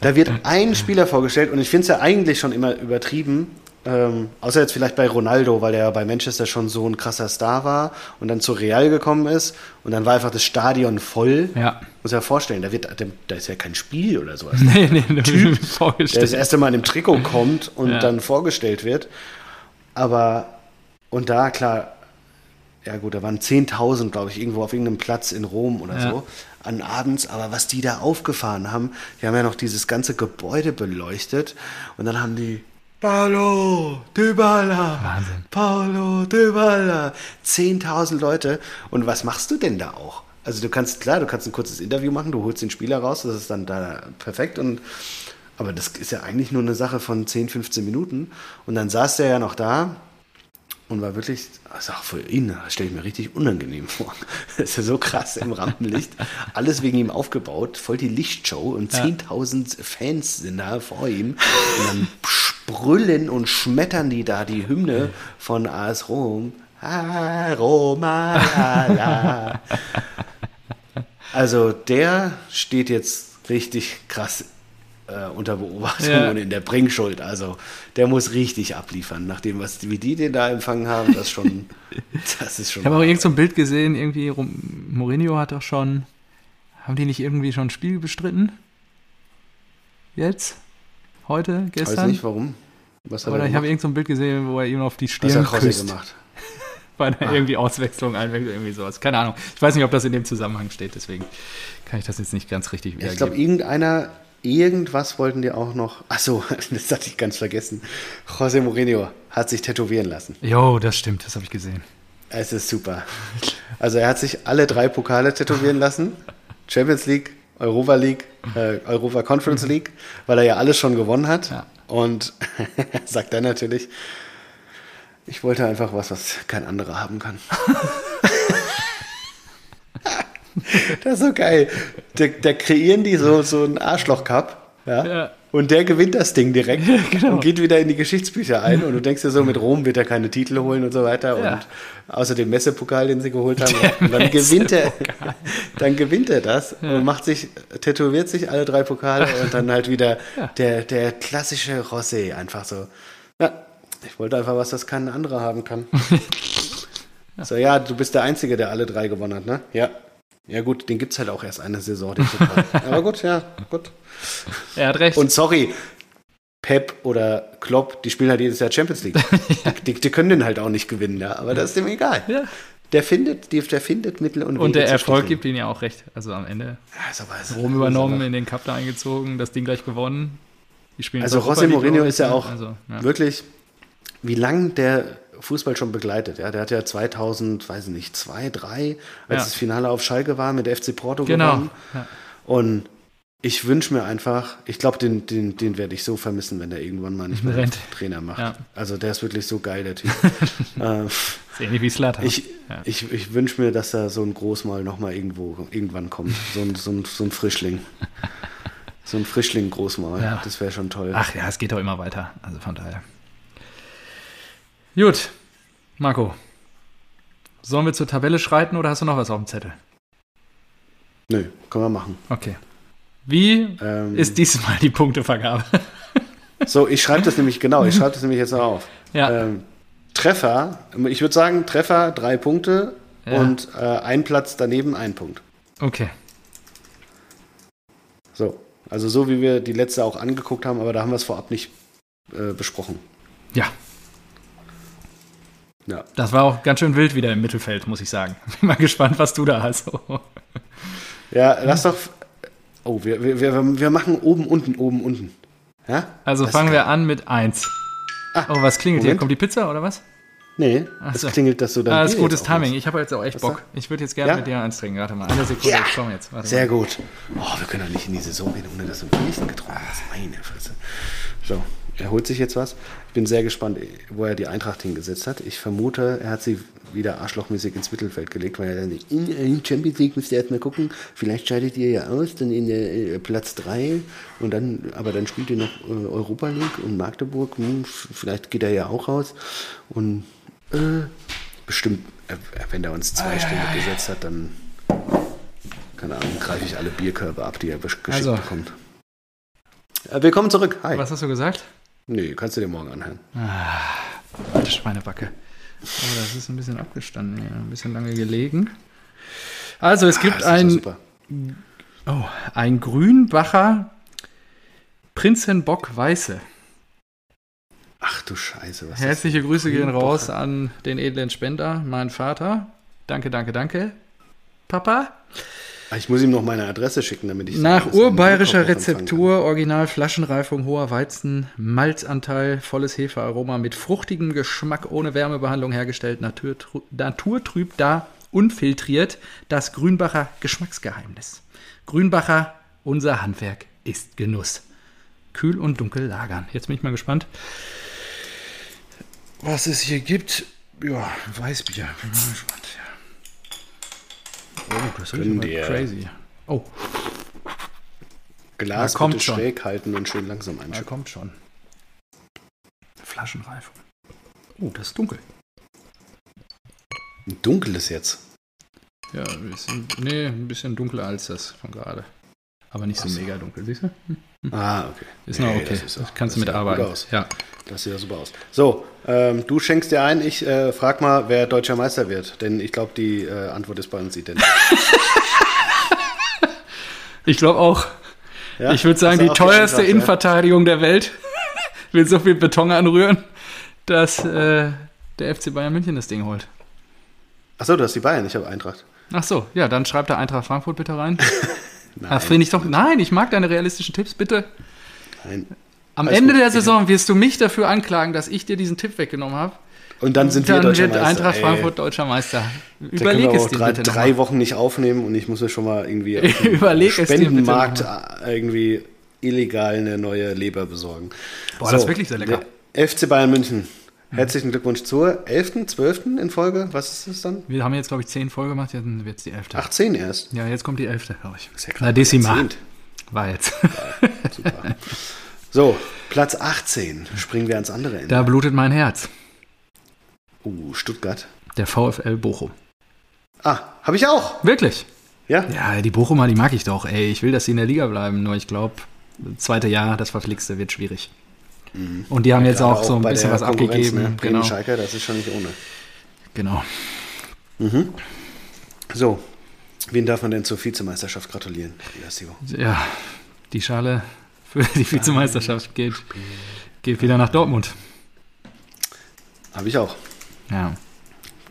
S1: da wird ein Spieler vorgestellt und ich finde es ja eigentlich schon immer übertrieben. Ähm, außer jetzt vielleicht bei Ronaldo, weil der ja bei Manchester schon so ein krasser Star war und dann zu Real gekommen ist und dann war einfach das Stadion voll.
S2: Ja.
S1: Muss ja vorstellen, da, wird, da ist ja kein Spiel oder sowas.
S2: Nee, nee, der typ,
S1: der das
S2: vorgestellt.
S1: erste Mal in dem Trikot kommt und
S2: Ja.
S1: dann vorgestellt wird. Aber, und da, klar, ja gut, da waren 10.000, glaube ich, irgendwo auf irgendeinem Platz in Rom oder
S2: Ja.
S1: so, an abends, aber was die da aufgefahren haben, die haben ja noch dieses ganze Gebäude beleuchtet und dann haben die Paulo Dybala,
S2: Wahnsinn.
S1: Paulo Dybala, 10.000 Leute und was machst du denn da auch? Also du kannst, klar, du kannst ein kurzes Interview machen, du holst den Spieler raus, das ist dann da perfekt und aber das ist ja eigentlich nur eine Sache von 10, 15 Minuten und dann saß der ja noch da und war wirklich, also auch für ihn, stelle ich mir richtig unangenehm vor. Das ist ja so krass im Rampenlicht. Alles wegen ihm aufgebaut, voll die Lichtshow und 10.000 Fans sind da vor ihm. Und dann sprüllen und schmettern die da die Hymne von AS Rom. Ah, Roma, la, la. Also der steht jetzt richtig krass äh, unter Beobachtung
S2: Ja.
S1: und in der Bringschuld. Also der muss richtig abliefern, nachdem was wie die den da empfangen haben, das schon, das ist schon.
S2: Ich habe auch irgend so ein Bild gesehen, irgendwie Rom- Mourinho hat doch schon, haben die nicht irgendwie schon ein Spiel bestritten? Jetzt? Heute?
S1: ich weiß
S2: Gestern?
S1: nicht warum. Was hat
S2: Oder
S1: er
S2: ich habe
S1: gemacht?
S2: irgend so ein Bild gesehen, wo er ihm auf die
S1: Was hat
S2: Stirn
S1: Krosse
S2: küsst.
S1: gemacht? Ah.
S2: Bei einer irgendwie Auswechslung, Einwechslung, irgendwie sowas. Keine Ahnung. Ich weiß nicht, ob das in dem Zusammenhang steht, deswegen kann ich das jetzt nicht ganz richtig
S1: Ja, ich glaube,
S2: wiedergeben.
S1: irgendeiner, irgendwas wollten die auch noch. Ach so, das hatte ich ganz vergessen. José Mourinho hat sich tätowieren lassen.
S2: Jo, das stimmt, das habe ich gesehen.
S1: Es ist super. Also er hat sich alle drei Pokale tätowieren lassen. Champions League, Europa League, äh, Europa Conference League, weil er ja alles schon gewonnen hat.
S2: Mhm. Ja.
S1: Und sagt dann natürlich, ich wollte einfach was, was kein anderer haben kann. das ist so geil. Da, da kreieren die so, so einen Arschloch-Cup. Ja?
S2: Ja.
S1: Und der gewinnt das Ding direkt
S2: genau.
S1: und geht wieder in die Geschichtsbücher ein. Und du denkst dir so, mit Rom wird er keine Titel holen und so weiter.
S2: Ja.
S1: Und außer dem Messepokal, den sie geholt haben. Und dann gewinnt, er, dann gewinnt er das und macht sich, tätowiert sich alle drei Pokale und dann halt wieder der, der klassische Rosé. Einfach so. Ja, ich wollte einfach was, das kein anderer haben kann. So, ja, du bist der Einzige, der alle drei gewonnen hat, ne? Ja. Ja, gut, den gibt's halt auch erst eine Saison, den Pokal. Aber gut, ja, gut.
S2: Er hat recht.
S1: Und sorry, Pep oder Klopp, die spielen halt jedes Jahr Champions League. die, die können den halt auch nicht gewinnen, ja. Aber das ist dem egal.
S2: Ja.
S1: Der findet, die- der findet Mittel und Wege
S2: Und der
S1: zu
S2: Erfolg
S1: stacheln.
S2: gibt ihnen ja auch recht. Also am Ende
S1: Ja, ist aber- ist
S2: Rom
S1: aber-
S2: übernommen, in den Cup da eingezogen, das Ding gleich gewonnen. Die spielen
S1: Also
S2: jetzt Europa
S1: José
S2: League,
S1: Mourinho
S2: glaube ich,
S1: ist ja
S2: ne?
S1: auch
S2: Also, ja.
S1: wirklich, wie lange der Fußball schon begleitet. Ja, der hat ja 2000, weiß ich nicht, zwei, drei, als
S2: Ja.
S1: das Finale auf Schalke war, mit der FC Porto
S2: Genau.
S1: gewonnen.
S2: Ja.
S1: Und ich wünsche mir einfach, ich glaube, den, den, den werde ich so vermissen, wenn der irgendwann mal nicht mehr
S2: Mhm. Rennt.
S1: Trainer macht.
S2: Ja.
S1: Also der ist wirklich so geil, der Typ. ähm,
S2: Ist ähnlich wie Slatan.
S1: ich
S2: Ja.
S1: ich, ich wünsche mir, dass da so ein Großmal nochmal irgendwo, irgendwann kommt. So ein, so ein, so ein Frischling. So ein Frischling-Großmal.
S2: Ja.
S1: Das wäre schon toll.
S2: Ach ja, es geht doch immer weiter. Also von daher. Gut, Marco. Sollen wir zur Tabelle schreiten oder hast du noch was auf dem Zettel?
S1: Nö, können wir machen.
S2: Okay. Wie
S1: Ähm,
S2: ist diesmal die Punktevergabe?
S1: so, ich schreibe das nämlich, genau, ich schreibe das nämlich jetzt noch auf.
S2: ja,
S1: Ähm, Treffer, ich würde sagen, Treffer drei Punkte
S2: Ja.
S1: und äh, ein Platz daneben ein Punkt.
S2: okay.
S1: So, also so wie wir die letzte auch angeguckt haben, aber da haben wir es vorab nicht äh, besprochen.
S2: Ja,
S1: Ja.
S2: das war auch ganz schön wild wieder im Mittelfeld, muss ich sagen. Bin mal gespannt, was du da hast.
S1: Ja, lass doch. Oh, wir, wir, wir, wir machen oben, unten, oben, unten. Ja?
S2: Also
S1: Das
S2: fangen
S1: ist
S2: wir an mit 1.
S1: Ah,
S2: oh, was klingelt hier?
S1: Moment.
S2: Kommt die Pizza oder was?
S1: Nee,
S2: Ach
S1: es
S2: so.
S1: klingelt, dass du dann.
S2: Ah, das ist
S1: Bier
S2: gutes
S1: jetzt aufmachst.
S2: Timing. Ich habe jetzt auch echt
S1: Was da?
S2: Bock. Ich würde jetzt gerne
S1: Ja?
S2: mit dir eins trinken. Warte mal, eine Sekunde.
S1: Ja.
S2: Ich komme jetzt. Warte
S1: Sehr
S2: mal.
S1: gut. Oh, wir können doch nicht in die Saison gehen, ohne dass du Bierchen getrunken hast. Meine Fresse. So, er holt sich jetzt was. Ich bin sehr gespannt, wo er die Eintracht hingesetzt hat. Ich vermute, er hat sie wieder arschlochmäßig ins Mittelfeld gelegt, weil er dann nicht, in, in Champions League müsst ihr erstmal gucken. Vielleicht scheidet ihr ja aus, dann in der äh, Platz 3 und dann, aber dann spielt ihr noch äh, Europa League und Magdeburg. Hm, f- vielleicht geht er ja auch raus. Und äh, bestimmt, äh, wenn er uns zwei Stunden gesetzt hat, dann keine Ahnung, greife ich alle Bierkörbe ab, die er besch- geschickt
S2: Also.
S1: bekommt. Äh, willkommen zurück. Hi.
S2: Was hast du gesagt?
S1: Nee, kannst du dir morgen anhören.
S2: Alte Schweinebacke. Aber das ist ein bisschen abgestanden, ja. ein bisschen lange gelegen. Also es
S1: Ah, Das
S2: gibt
S1: ist doch
S2: ein,
S1: super.
S2: oh, ein Grünbacher Prinzenbock Weiße.
S1: Ach du Scheiße, was ist
S2: Herzliche Grüße gehen
S1: Grünbacher?
S2: raus an den edlen Spender, meinen Vater. Danke, danke, danke. Papa?
S1: das? Ah, Ich muss ihm noch meine Adresse schicken, damit ich.
S2: Nach
S1: das am
S2: urbayerischer
S1: Bierkorb noch empfangen
S2: Rezeptur, Original Flaschenreifung, hoher Weizen, Malzanteil, volles Hefearoma mit fruchtigem Geschmack ohne Wärmebehandlung hergestellt, naturtrü naturtrüb da, unfiltriert, das Grünbacher Geschmacksgeheimnis. Grünbacher, unser Handwerk ist Genuss. Kühl und dunkel lagern. Jetzt bin ich mal gespannt, was es hier gibt. Ja, Weißbier. Bin mal gespannt. Ja. Oh, das riecht
S1: Gönn
S2: aber
S1: dir.
S2: crazy. Oh,
S1: kann. Glas
S2: Na, Ah, kommt
S1: bitte
S2: schon. Ah.
S1: schräg halten und schön langsam
S2: Er
S1: einschütten.
S2: kommt schon. Flaschenreifung. Oh, das ist dunkel.
S1: Dunkel ist jetzt.
S2: Ja, ein bisschen, nee, ein bisschen dunkler als das von gerade. Aber nicht so mega dunkel, siehst du?
S1: Ah, okay.
S2: Hm. Ist
S1: Nee,
S2: noch okay.
S1: das ist
S2: Das
S1: doch- das
S2: Kannst du
S1: sieht doch gut
S2: mitarbeiten.
S1: aus.
S2: Ja.
S1: Das sieht ja super aus. So, ähm, du schenkst dir ein. Ich äh, frag mal, wer deutscher Meister wird, denn ich glaube, die äh, Antwort ist bei uns identisch.
S2: Ich glaube auch.
S1: Ja?
S2: Ich würde sagen,
S1: Hast du
S2: die
S1: auch
S2: teuerste
S1: gesagt, ja?
S2: Innenverteidigung der Welt will so viel Beton anrühren, dass äh, der FC Bayern München das Ding holt.
S1: Achso, du hast die Bayern, ich habe Eintracht.
S2: Ach so, ja, dann schreibt der Eintracht Frankfurt bitte rein. Ach, finde ich doch. Nein, ich mag deine realistischen Tipps, bitte.
S1: Nein.
S2: Am
S1: Alles
S2: Ende
S1: gut,
S2: der
S1: ich
S2: Saison wirst du mich dafür anklagen, dass ich dir diesen Tipp weggenommen habe.
S1: Und dann sind
S2: Dann
S1: wir deutscher
S2: wird
S1: Meister.
S2: Eintracht
S1: ey.
S2: Frankfurt deutscher Meister.
S1: Da können
S2: Überleg
S1: wir
S2: es
S1: auch
S2: dir
S1: drei,
S2: bitte noch mal.
S1: drei Wochen nicht aufnehmen und ich muss mir schon mal irgendwie auf dem
S2: Überleg es dir bitte
S1: Spendenmarkt äh, irgendwie illegal eine neue Leber besorgen.
S2: Boah, das ist wirklich sehr lecker.
S1: der FC Bayern München. Herzlichen Glückwunsch zur 11., 12. in Folge. Was ist es dann?
S2: Wir haben jetzt, glaube ich, zehn Folgen gemacht, jetzt wird es die elfte.
S1: 18 erst.
S2: Ja, jetzt kommt die elfte, glaube ich.
S1: Ist ja
S2: Na,
S1: gerade
S2: Decima
S1: Jahrzehnt.
S2: war jetzt.
S1: Super. So, Platz 18. Springen wir ans andere Ende.
S2: Da blutet mein Herz.
S1: Uh, Stuttgart.
S2: Der VfL Bochum.
S1: Ah, habe ich auch.
S2: Wirklich?
S1: Ja?
S2: Ja, die Bochumer, die mag ich doch. Ey, ich will, dass sie in der Liga bleiben. Nur ich glaube, zweite Jahr, das verflixte, wird schwierig. Und die haben jetzt
S1: Mhm. Gerade
S2: auch so ein
S1: bei
S2: bisschen
S1: der
S2: was
S1: Konkurrenz,
S2: abgegeben.
S1: Ne? Bremen,
S2: Genau.
S1: Schalke, das ist schon nicht ohne.
S2: genau.
S1: Mhm. So, wen darf man denn zur Vizemeisterschaft gratulieren, Lassio?
S2: Ja, die Schale für die Vizemeisterschaft geht, geht wieder nach Dortmund.
S1: Habe ich auch.
S2: Ja.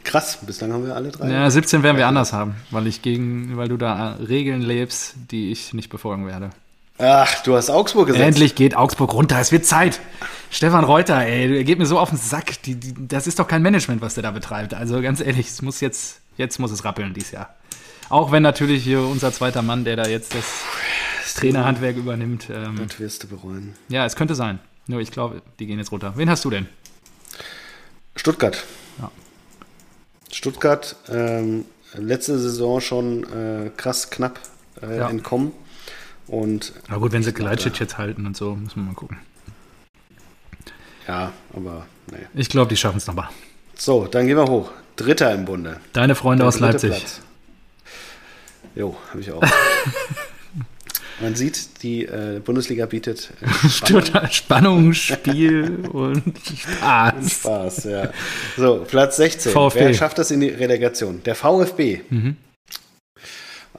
S1: Krass, bislang haben wir alle drei.
S2: ja, 17 werden wir anders haben, weil ich gegen, weil du da äh, Regeln lebst, die ich nicht befolgen werde.
S1: Ach, du hast Augsburg gesetzt.
S2: Endlich geht Augsburg runter, es wird Zeit. Stefan Reuter, ey, er geht mir so auf den Sack. Die, die, das ist doch kein Management, was der da betreibt. Also ganz ehrlich, es muss jetzt, jetzt muss es rappeln dieses Jahr. Auch wenn natürlich hier unser zweiter Mann, der da jetzt das Trainerhandwerk übernimmt. Ähm,
S1: Das wirst du bereuen.
S2: ja, es könnte sein. Nur ich glaube, die gehen jetzt runter. Wen hast du denn?
S1: Stuttgart.
S2: Ja.
S1: Stuttgart, ähm, letzte Saison schon äh, krass knapp äh,
S2: Ja.
S1: entkommen. Und
S2: Na gut, wenn sie Gleitschitz jetzt halten und so, müssen wir mal gucken.
S1: ja, aber naja.
S2: Ich glaube, die schaffen es nochmal.
S1: So, dann gehen wir hoch. Dritter im Bunde.
S2: Deine Freunde Genau aus
S1: Dritter
S2: Leipzig.
S1: Platz. Jo, habe ich auch. Man sieht, die äh, Bundesliga bietet äh,
S2: Stört Spannung, Spiel und Spaß.
S1: Spaß, ja. So, Platz 16.
S2: VfB. Mhm.
S1: Wer schafft das in die Relegation? Der VfB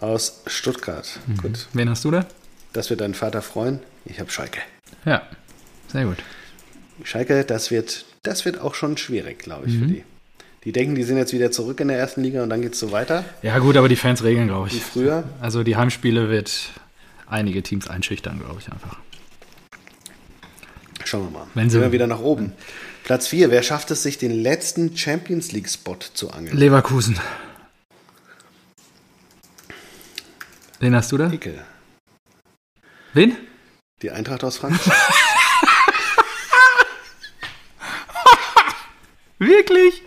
S1: aus Stuttgart. Gut,
S2: Wen hast du da?
S1: das wird dein Vater freuen. Ich habe Schalke.
S2: Ja, sehr gut.
S1: Schalke, das wird, das wird auch schon schwierig, glaube ich,
S2: Mhm.
S1: für die. Die denken, die sind jetzt wieder zurück in der ersten Liga und dann geht es so weiter
S2: Ja, gut, aber die Fans regeln, glaube
S1: wie
S2: ich.
S1: früher.
S2: Also die Heimspiele wird einige Teams einschüchtern, glaube ich einfach.
S1: Schauen wir mal.
S2: Wenn sie-
S1: Gehen wir wieder nach oben. Platz 4. Wer schafft es, sich den letzten Champions League-Spot zu angeln?
S2: Leverkusen. Wen hast du da?
S1: Ekel.
S2: Wen?
S1: Die Eintracht aus Frankfurt.
S2: Wirklich?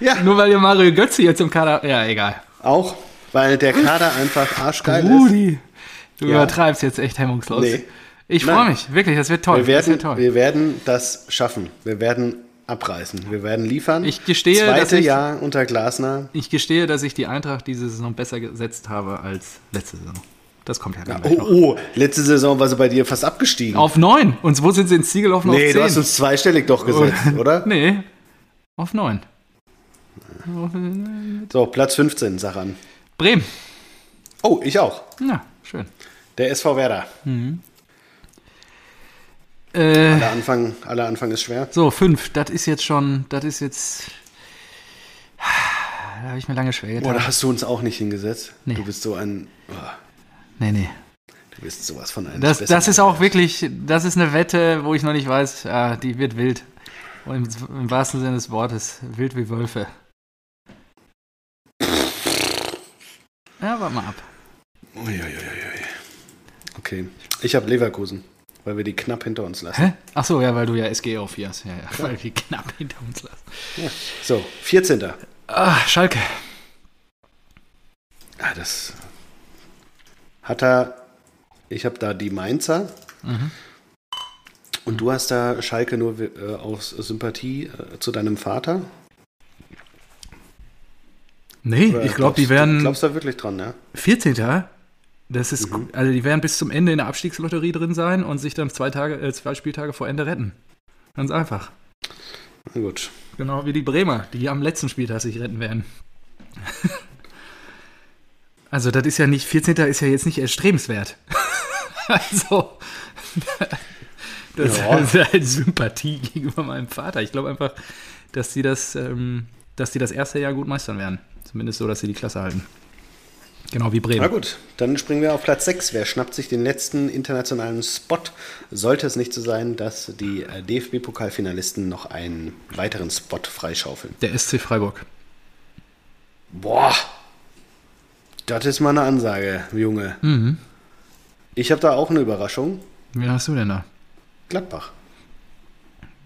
S1: ja,
S2: Nur weil ihr Mario Götze jetzt im Kader. Ja, egal.
S1: auch, weil der Kader einfach arschgeil ist.
S2: Rudi, du
S1: Ja.
S2: übertreibst jetzt echt hemmungslos.
S1: Nee.
S2: Ich freue
S1: Nein.
S2: mich, wirklich, das wird toll.
S1: Wir
S2: das
S1: werden,
S2: wird toll.
S1: wir werden das schaffen. Wir werden abreißen. Wir werden liefern.
S2: Ich gestehe, dass
S1: Zweite
S2: ich-
S1: Jahr unter Glasner.
S2: Ich gestehe, dass ich die Eintracht diese Saison besser gesetzt habe als letzte Saison. Das kommt ja gar
S1: Oh,
S2: nicht. noch.
S1: oh, letzte Saison war sie bei dir fast abgestiegen.
S2: Auf neun. Und wo sind sie ins Ziel gelaufen?
S1: nee,
S2: auf
S1: du hast uns zweistellig doch gesetzt, oder?
S2: Oh. Nee, auf neun.
S1: So, Platz 15, sag an.
S2: Bremen.
S1: Oh, ich auch.
S2: Ja, schön.
S1: Der SV Werder.
S2: Äh,
S1: Aller Anfang, aller Anfang ist schwer.
S2: so, fünf. Das ist jetzt schon, das ist jetzt. Da habe ich mir lange schwer
S1: Boah,
S2: getan.
S1: da hast du uns auch nicht hingesetzt.
S2: Nee.
S1: Du bist so ein. boah,
S2: Nee, nee.
S1: du bist sowas von einem.
S2: Das, das ist auch wirklich, das ist eine Wette, wo ich noch nicht weiß, ah, die wird wild. Und im, im wahrsten Sinne des Wortes, wild wie Wölfe. Ja, warte mal ab.
S1: Uiuiuiui. Okay. Ich habe Leverkusen, weil wir die knapp hinter uns lassen.
S2: Hä? Ach so, ja, weil du ja SG auf hier hast. Ja, ja, weil die knapp hinter uns lassen.
S1: So, 14.
S2: Ah, Schalke.
S1: Ah, das hat er. Ich habe da die Mainzer.
S2: Mhm.
S1: Und du hast da Schalke nur äh, aus Sympathie äh, zu deinem Vater.
S2: Nee,
S1: Oder
S2: ich glaube, die
S1: glaubst-
S2: werden
S1: Glaubst Mhm. da wirklich dran, ja?
S2: 14. Das ist, gut. also die werden bis zum Ende in der Abstiegslotterie drin sein und sich dann zwei Tage, äh, zwei Spieltage vor Ende retten. Ganz einfach.
S1: Na gut.
S2: Genau wie die Bremer, die am letzten Spieltag sich retten werden. also, das ist ja nicht, 14. ist ja jetzt nicht erstrebenswert. also, das
S1: Ja.
S2: ist halt eine Sympathie gegenüber meinem Vater. Ich glaube einfach, dass die das, ähm, dass die das erste Jahr gut meistern werden. Zumindest so, dass sie die Klasse halten. Genau wie
S1: Na
S2: Bremen.
S1: gut, dann springen wir auf Platz 6. Wer schnappt sich den letzten internationalen Spot? Sollte es nicht so sein, dass die äh, DFB-Pokalfinalisten noch einen weiteren Spot freischaufeln?
S2: Der SC Freiburg.
S1: Boah, das ist mal eine Ansage, Junge.
S2: Mhm.
S1: Ich habe da auch eine Überraschung.
S2: Wen hast du denn da?
S1: Gladbach.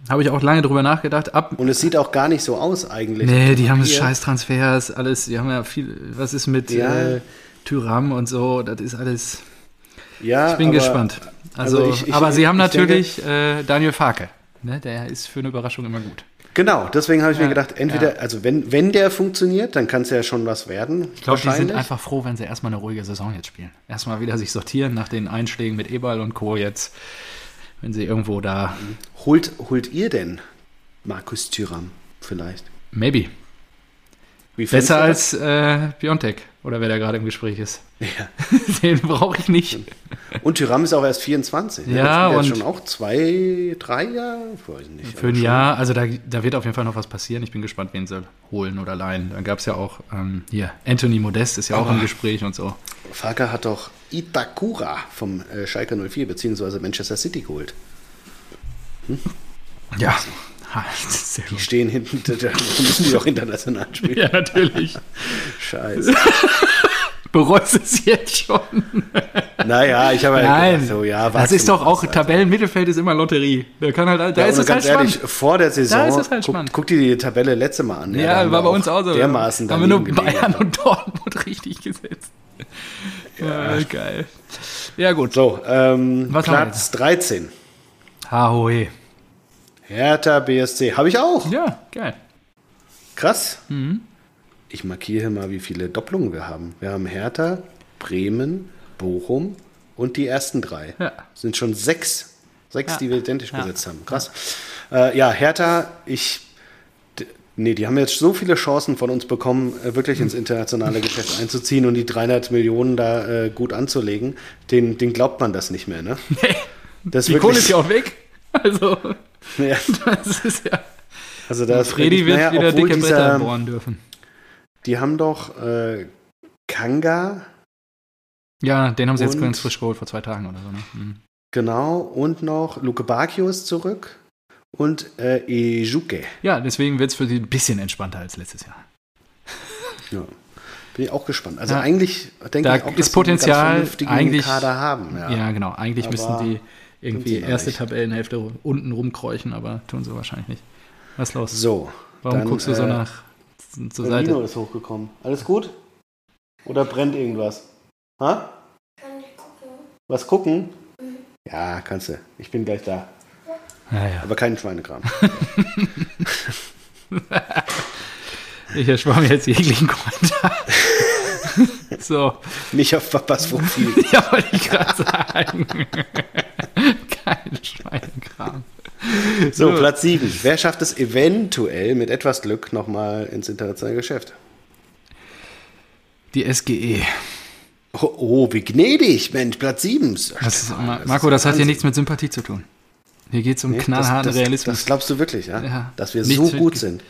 S2: Habe ich auch lange drüber nachgedacht. Ab
S1: Und es sieht auch gar nicht so aus eigentlich.
S2: Nee, die haben
S1: Hier.
S2: scheiß Transfers, alles, die haben ja viel, was ist mit
S1: Ja.
S2: äh, Tyram und so, das ist alles,
S1: Ja,
S2: ich bin
S1: aber-
S2: gespannt. Also,
S1: also ich- ich-
S2: aber sie haben
S1: ich denke-
S2: natürlich äh, Daniel Farke, ne? der ist für eine Überraschung immer gut.
S1: Genau, deswegen habe ich
S2: Ja,
S1: mir gedacht, entweder, also wenn, wenn der funktioniert, dann kann es ja schon was werden.
S2: Ich glaube, die sind einfach froh, wenn sie erstmal eine ruhige Saison jetzt spielen. Erstmal wieder sich sortieren nach den Einschlägen mit Ebal und Co. jetzt, wenn sie irgendwo da,
S1: Holt, holt ihr denn Markus Thüram vielleicht?
S2: maybe.
S1: Wie findest
S2: Besser
S1: du das?
S2: als äh, Biontech oder wer da gerade im Gespräch ist.
S1: Ja.
S2: Den brauche ich nicht.
S1: Und Tyram ist auch erst 24. ne?
S2: Ja,
S1: Das sind
S2: und-
S1: schon auch zwei, drei Jahre, ich weiß nicht.
S2: Für ein Jahr, also da, da wird auf jeden Fall noch was passieren. Ich bin gespannt, wen sie holen oder leihen. Dann gab es ja auch ähm, hier, Anthony Modest ist ja
S1: Ah.
S2: auch im Gespräch und so.
S1: Farka hat doch Itakura vom äh, Schalke 04 beziehungsweise Manchester City geholt.
S2: Ja, sehr
S1: Die
S2: gut.
S1: stehen hinten, da müssen die auch international spielen.
S2: Ja, natürlich.
S1: Scheiße.
S2: Bereust es jetzt schon.
S1: Naja, ich habe ja
S2: Nein,
S1: gedacht, so, ja,
S2: das ist doch auch, Tabellenmittelfeld ist immer Lotterie. Da, kann halt, da
S1: Da
S2: ist es halt
S1: ganz ehrlich,
S2: spannend.
S1: vor der Saison,
S2: Da ist es halt
S1: guck,
S2: spannend.
S1: guck dir die Tabelle letzte Mal an. da
S2: Ja,
S1: haben
S2: war
S1: wir
S2: bei uns auch so.
S1: Dermaßen
S2: haben wir nur
S1: daneben gelegen.
S2: Bayern und Dortmund richtig gesetzt. Ja, geil. Ja, gut.
S1: So, ähm,
S2: Was haben wir
S1: Platz 13.
S2: Hahoe.
S1: Hertha BSC. Habe ich auch.
S2: Ja, Mhm. geil.
S1: Krass. Ich markiere mal, wie viele Doppelungen wir haben. Wir haben Hertha, Bremen, Bochum und die ersten drei.
S2: Ja.
S1: Es Sind schon sechs. Sechs,
S2: Ja.
S1: die wir identisch
S2: Ja.
S1: gesetzt haben. Krass. Äh, ja, Hertha, ich. d- Nee, die haben jetzt so viele Chancen von uns bekommen, äh, wirklich ins internationale Geschäft einzuziehen und die 300 Millionen da äh, gut anzulegen. Den, den glaubt man das nicht mehr, ne? Das
S2: Die Kohle ist ja auch weg. Also,
S1: Ja,
S2: das ist ja.
S1: also da
S2: Freddy wird
S1: naja,
S2: wieder
S1: obwohl
S2: dicke
S1: dieser-
S2: Bretter bohren dürfen.
S1: Die haben doch äh, Kanga,
S2: Ja, den haben sie jetzt
S1: Und-
S2: ganz frisch geholt vor zwei Tagen oder so. Ne? Mhm.
S1: genau, und noch Luke Bakio ist zurück und äh, Ejuke.
S2: Ja, deswegen wird es für sie ein bisschen entspannter als letztes Jahr.
S1: Ja. Bin ich auch gespannt. Also
S2: Ja.
S1: eigentlich denke
S2: Da
S1: ich auch,
S2: ist
S1: sie einen
S2: Potenzial,
S1: ganz vernünftigen
S2: eigentlich-
S1: Kader haben. Ja.
S2: Ja, genau. Eigentlich
S1: Aber
S2: müssten die irgendwie
S1: tun sie
S2: erste
S1: nicht.
S2: Tabellenhälfte unten rumkräuchen, aber tun sie wahrscheinlich nicht. Was ist los?
S1: So.
S2: Warum
S1: dann,
S2: guckst du so
S1: äh,
S2: nach zur
S1: Der Nino
S2: Seite?
S1: ist hochgekommen. Alles gut? Oder brennt irgendwas? Ha?
S3: Kann ich gucken? Mhm.
S1: Was gucken? Ja, kannst du. Ich bin gleich da.
S2: Naja,
S1: Aber keinen Schweinekram.
S2: ich erspare mir jetzt jeglichen Kommentar. so,
S1: Nicht auf Papas Profil.
S2: ja, wollte ich gerade sagen. Kein Schweinekram.
S1: So,
S2: So.
S1: Platz 7. Wer schafft es eventuell mit etwas Glück nochmal ins internationale Geschäft?
S2: Die E. SGE.
S1: Oh, oh wie gnädig, Mensch, Platz 7.
S2: Das ist, Ma- Marco, das hat hier
S1: Wahnsinn.
S2: nichts mit Sympathie zu tun. Hier geht es um knallharten
S1: das, das,
S2: Realismus.
S1: Das glaubst du wirklich, ja?
S2: Ja.
S1: Dass wir
S2: Nichts
S1: so
S2: mit-
S1: gut sind.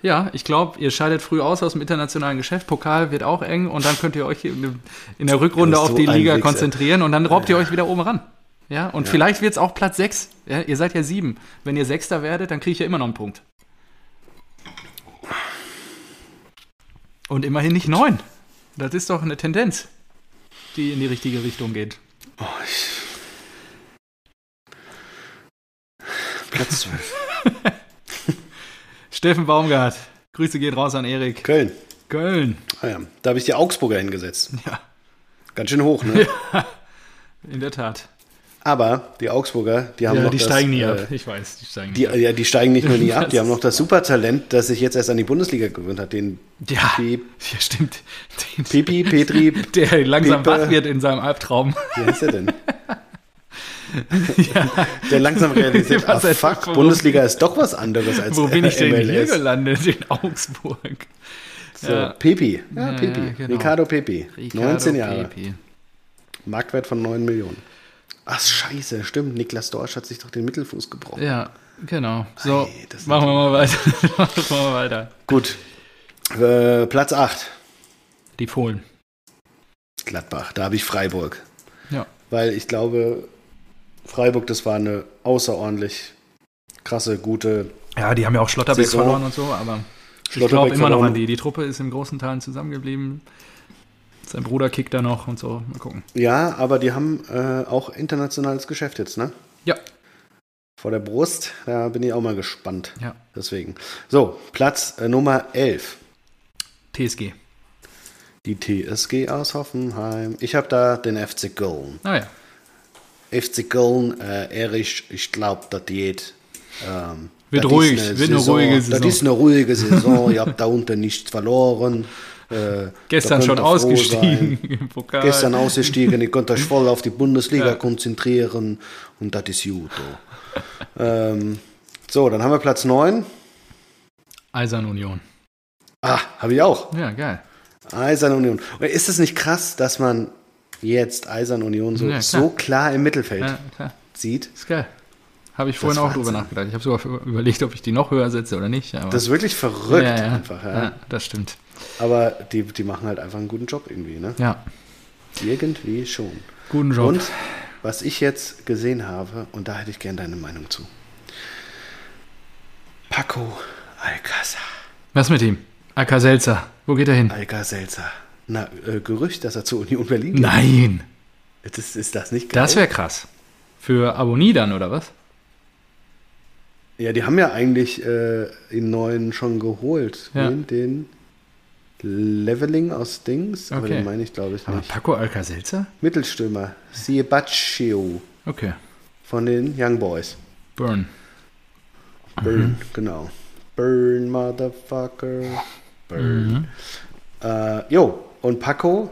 S2: Ja, ich glaube, ihr scheidet früh aus aus dem internationalen Geschäft. Pokal wird auch eng und dann könnt ihr euch in in der Rückrunde
S1: Das ist
S2: auf
S1: so
S2: die
S1: ein
S2: Liga
S1: Wichser.
S2: konzentrieren und dann robbt ihr euch wieder oben ran. Ja, und vielleicht wird's auch Platz sechs. Ja, ihr seid ja sieben. Wenn ihr Sechster werdet, dann kriege ich ja immer noch einen Punkt. Und immerhin nicht neun. Das ist doch eine Tendenz, die in die richtige Richtung geht.
S1: Oh, ich. Platz 12.
S2: Steffen Baumgart, Grüße geht raus an Erik.
S1: Köln.
S2: Köln.
S1: Ah ja, da habe ich die Augsburger hingesetzt.
S2: Ja,
S1: Ganz schön hoch, ne?
S2: in der Tat.
S1: Aber die Augsburger, die haben
S2: Ja,
S1: noch
S2: die
S1: das,
S2: steigen nie
S1: äh,
S2: ab. Ich weiß, die steigen nie
S1: Die, ja, die steigen nicht nur nie ab, die
S2: Das-
S1: haben noch das Supertalent, das sich jetzt erst an die Bundesliga gewöhnt hat. Den
S2: Ja,
S1: Piep.
S2: ja stimmt. Den,
S1: Pipi, Petri,
S2: der langsam
S1: Pepe.
S2: wach wird in seinem Albtraum.
S1: Wie heißt der denn? Der langsam realisiert, ah
S2: Was er-
S1: fuck,
S2: warum-
S1: Bundesliga ist doch was anderes als
S2: Wo bin ich denn hier
S1: MLS.
S2: gelandet? In Augsburg.
S1: So,
S2: Ja.
S1: Pepi, ja,
S2: Ja,
S1: Pepi,
S2: ja, genau.
S1: Ricardo Pepi,
S2: Ricardo
S1: 19 Jahre,
S2: Pepe.
S1: Marktwert von 9 Millionen. Ach, scheiße, stimmt, Niklas Dorsch hat sich doch den Mittelfuß gebrochen.
S2: Ja, genau. So,
S1: Ei, das
S2: machen wir mal weiter. machen wir mal weiter.
S1: Gut, äh, Platz 8,
S2: Die Fohlen.
S1: Gladbach, da habe ich Freiburg.
S2: Ja.
S1: Weil ich glaube, Freiburg, das war eine außerordentlich krasse, gute
S2: ja, die haben ja auch Schlotterbeck
S1: Saison.
S2: verloren und so, aber ich
S1: Schlotterbeck
S2: glaube immer noch
S1: verloren.
S2: an die. Die Truppe ist im großen Teil zusammengeblieben. Sein Bruder kickt da noch und so. Mal gucken.
S1: Ja, aber die haben äh, auch internationales Geschäft jetzt, ne?
S2: Ja.
S1: Vor der Brust, da bin ich auch mal gespannt.
S2: Ja.
S1: Deswegen. So, Platz äh, Nummer 11.
S2: TSG.
S1: Die TSG aus Hoffenheim. Ich habe da den FC Köln.
S2: Naja.
S1: FC Köln, äh, ehrlich, ich glaube, das geht. Ähm,
S2: Wird
S1: das
S2: ruhig,
S1: ist
S2: wird eine ruhige Saison.
S1: Das ist eine ruhige Saison. Ihr habt da unten nichts verloren. Äh, da
S2: Gestern
S1: könnt
S2: schon
S1: ihr froh sein.
S2: ausgestiegen im Pokal.
S1: Gestern ausgestiegen, ihr könnt euch voll auf die Bundesliga konzentrieren und das ist gut. oh. ähm, so, dann haben wir Platz 9,
S2: Eisern Union.
S1: Ah, habe ich auch.
S2: Ja, geil.
S1: Eiserne Union. Und ist es nicht krass, dass man jetzt Eiserne Union so,
S2: Ja, klar.
S1: so klar im Mittelfeld
S2: Ja, klar.
S1: sieht?
S2: Ist geil. Habe ich vorhin auch drüber
S1: Wahnsinn.
S2: nachgedacht. Ich habe sogar für- überlegt, ob ich die noch höher setze oder nicht. Aber
S1: Das ist wirklich verrückt
S2: ja, ja.
S1: einfach. Ja.
S2: ja, das stimmt.
S1: Aber die, die machen halt einfach einen guten Job irgendwie, ne?
S2: Ja,
S1: Irgendwie schon.
S2: guten Job.
S1: Und was ich jetzt gesehen habe, und da hätte ich gern deine Meinung zu. Paco Alcázar.
S2: Was mit ihm? Alka Selzer. Wo geht er hin?
S1: Alcacelsa. Na, äh, Gerücht, dass er zur Union Berlin geht.
S2: Nein,
S1: Das, ist das nicht geil?
S2: das wäre krass. Für Abonnie dann, oder was?
S1: ja, die haben ja eigentlich äh, den neuen schon geholt.
S2: Ja.
S1: Den, den Leveling aus Dings, aber
S2: Okay.
S1: den meine ich glaube ich
S2: Aber
S1: nicht.
S2: Paco Alka Selzer?
S1: Mittelstürmer, Siebaccio
S2: Okay.
S1: von den Young Boys.
S2: Burn.
S1: Burn, genau. Burn, Motherfucker. Burn.
S2: Mhm.
S1: Äh, jo, und Paco,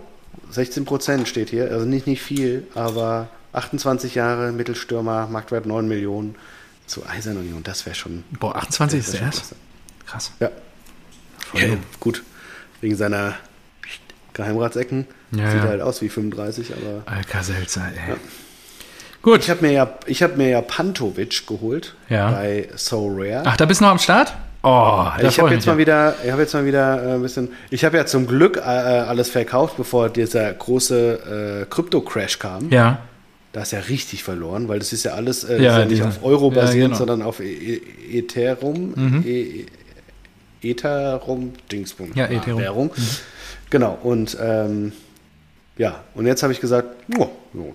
S1: 16% steht hier, also nicht, nicht viel, aber 28 Jahre, Mittelstürmer, Marktwert 9 Millionen zu Eisern Union, das wäre schon.
S2: Boah, 28 ist
S1: das
S2: der
S1: wär schon
S2: erst? Krass.
S1: Ja. ja, gut. Wegen seiner Geheimratsecken
S2: Ja,
S1: sieht
S2: ja.
S1: er halt aus wie 35, aber.
S2: Alka Selzer, ey.
S1: Ich
S2: Gut.
S1: habe mir ja, ich habe mir ja Pantovic geholt
S2: Ja.
S1: bei So Rare.
S2: Ach, da bist du noch am Start? Oh, da
S1: Ich habe
S2: freue
S1: jetzt
S2: mich.
S1: mal
S2: ja.
S1: wieder, ich habe jetzt mal wieder äh, ein bisschen, ich habe ja zum Glück äh, äh, alles verkauft, bevor dieser große äh, Krypto-Crash kam.
S2: Ja,
S1: Da ist ja richtig verloren, weil das ist ja alles äh,
S2: Ja,
S1: ist ja nicht
S2: diese-
S1: auf Euro
S2: ja,
S1: basierend,
S2: genau. Mhm.
S1: sondern auf E- E- Ethereum, e E- Ethereum, Dingsbum,
S2: Ja, Ethereum. Mhm.
S1: Währung. Genau, und ähm, ja, und jetzt habe ich gesagt, ja, ja,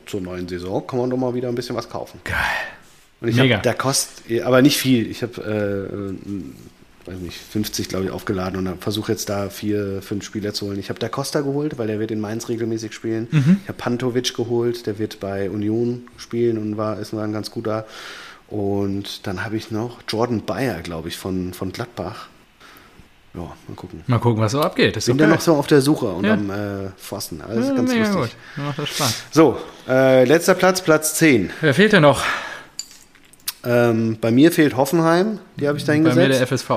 S1: zur neuen Saison kann man doch mal wieder ein bisschen was kaufen.
S2: geil.
S1: Und ich habe,
S2: Mega.
S1: da kostet, eh, aber nicht viel. Ich habe, äh, weiß nicht, 50, glaube ich, aufgeladen und versuche jetzt da vier, fünf Spieler zu holen. Ich habe da Costa geholt, weil der wird in Mainz regelmäßig spielen.
S2: Mhm.
S1: Ich habe Pantovic geholt, der wird bei Union spielen und war, ist ein ganz guter. Und dann habe ich noch Jordan Bayer, glaube ich, von, von Gladbach. Ja, mal gucken.
S2: Mal gucken, was so abgeht. Das ist
S1: Bin
S2: doch
S1: da
S2: geil.
S1: noch so auf der Suche und
S2: Ja.
S1: am äh, Pfosten. Alles
S2: Ja,
S1: ganz
S2: mega
S1: lustig.
S2: gut. Dann Macht das Spaß.
S1: So, äh, letzter Platz, Platz 10.
S2: Wer fehlt denn noch?
S1: Ähm, bei mir fehlt Hoffenheim, die habe ich da
S2: Bei mir
S1: hingesetzt.
S2: der FSV.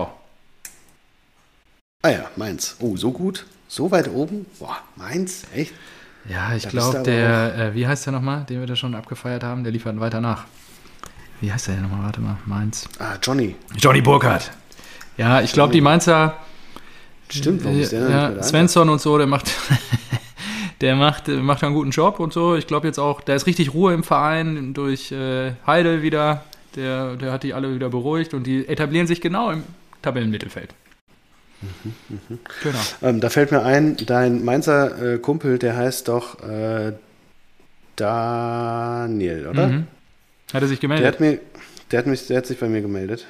S1: Ah ja, Mainz. Oh, so gut? So weit oben? Boah, Mainz? Echt?
S2: Ja, ich
S1: Da bist du
S2: glaube,
S1: aber
S2: der, äh, wie heißt der nochmal, den wir da schon abgefeiert haben, der liefert weiter nach. Wie heißt der denn nochmal? Warte mal, Mainz.
S1: Ah, Johnny.
S2: Johnny Burkhardt. Ja, ich glaube, die Mainzer,
S1: Stimmt, warum
S2: äh,
S1: ist der denn nicht mehr
S2: ja,
S1: da?
S2: Svensson und so, der macht, der macht, äh, macht da einen guten Job und so. Ich glaube jetzt auch, da ist richtig Ruhe im Verein durch äh, Heidel wieder. Der, der hat die alle wieder beruhigt und die etablieren sich genau im Tabellenmittelfeld.
S1: Mhm,
S2: Genau.
S1: Ähm, da fällt mir ein, dein Mainzer äh, Kumpel, der heißt doch äh, Daniel, oder?
S2: Mhm. Hat er sich
S1: Der
S2: gemeldet?
S1: hat mir, der hat mich, der hat sich bei mir gemeldet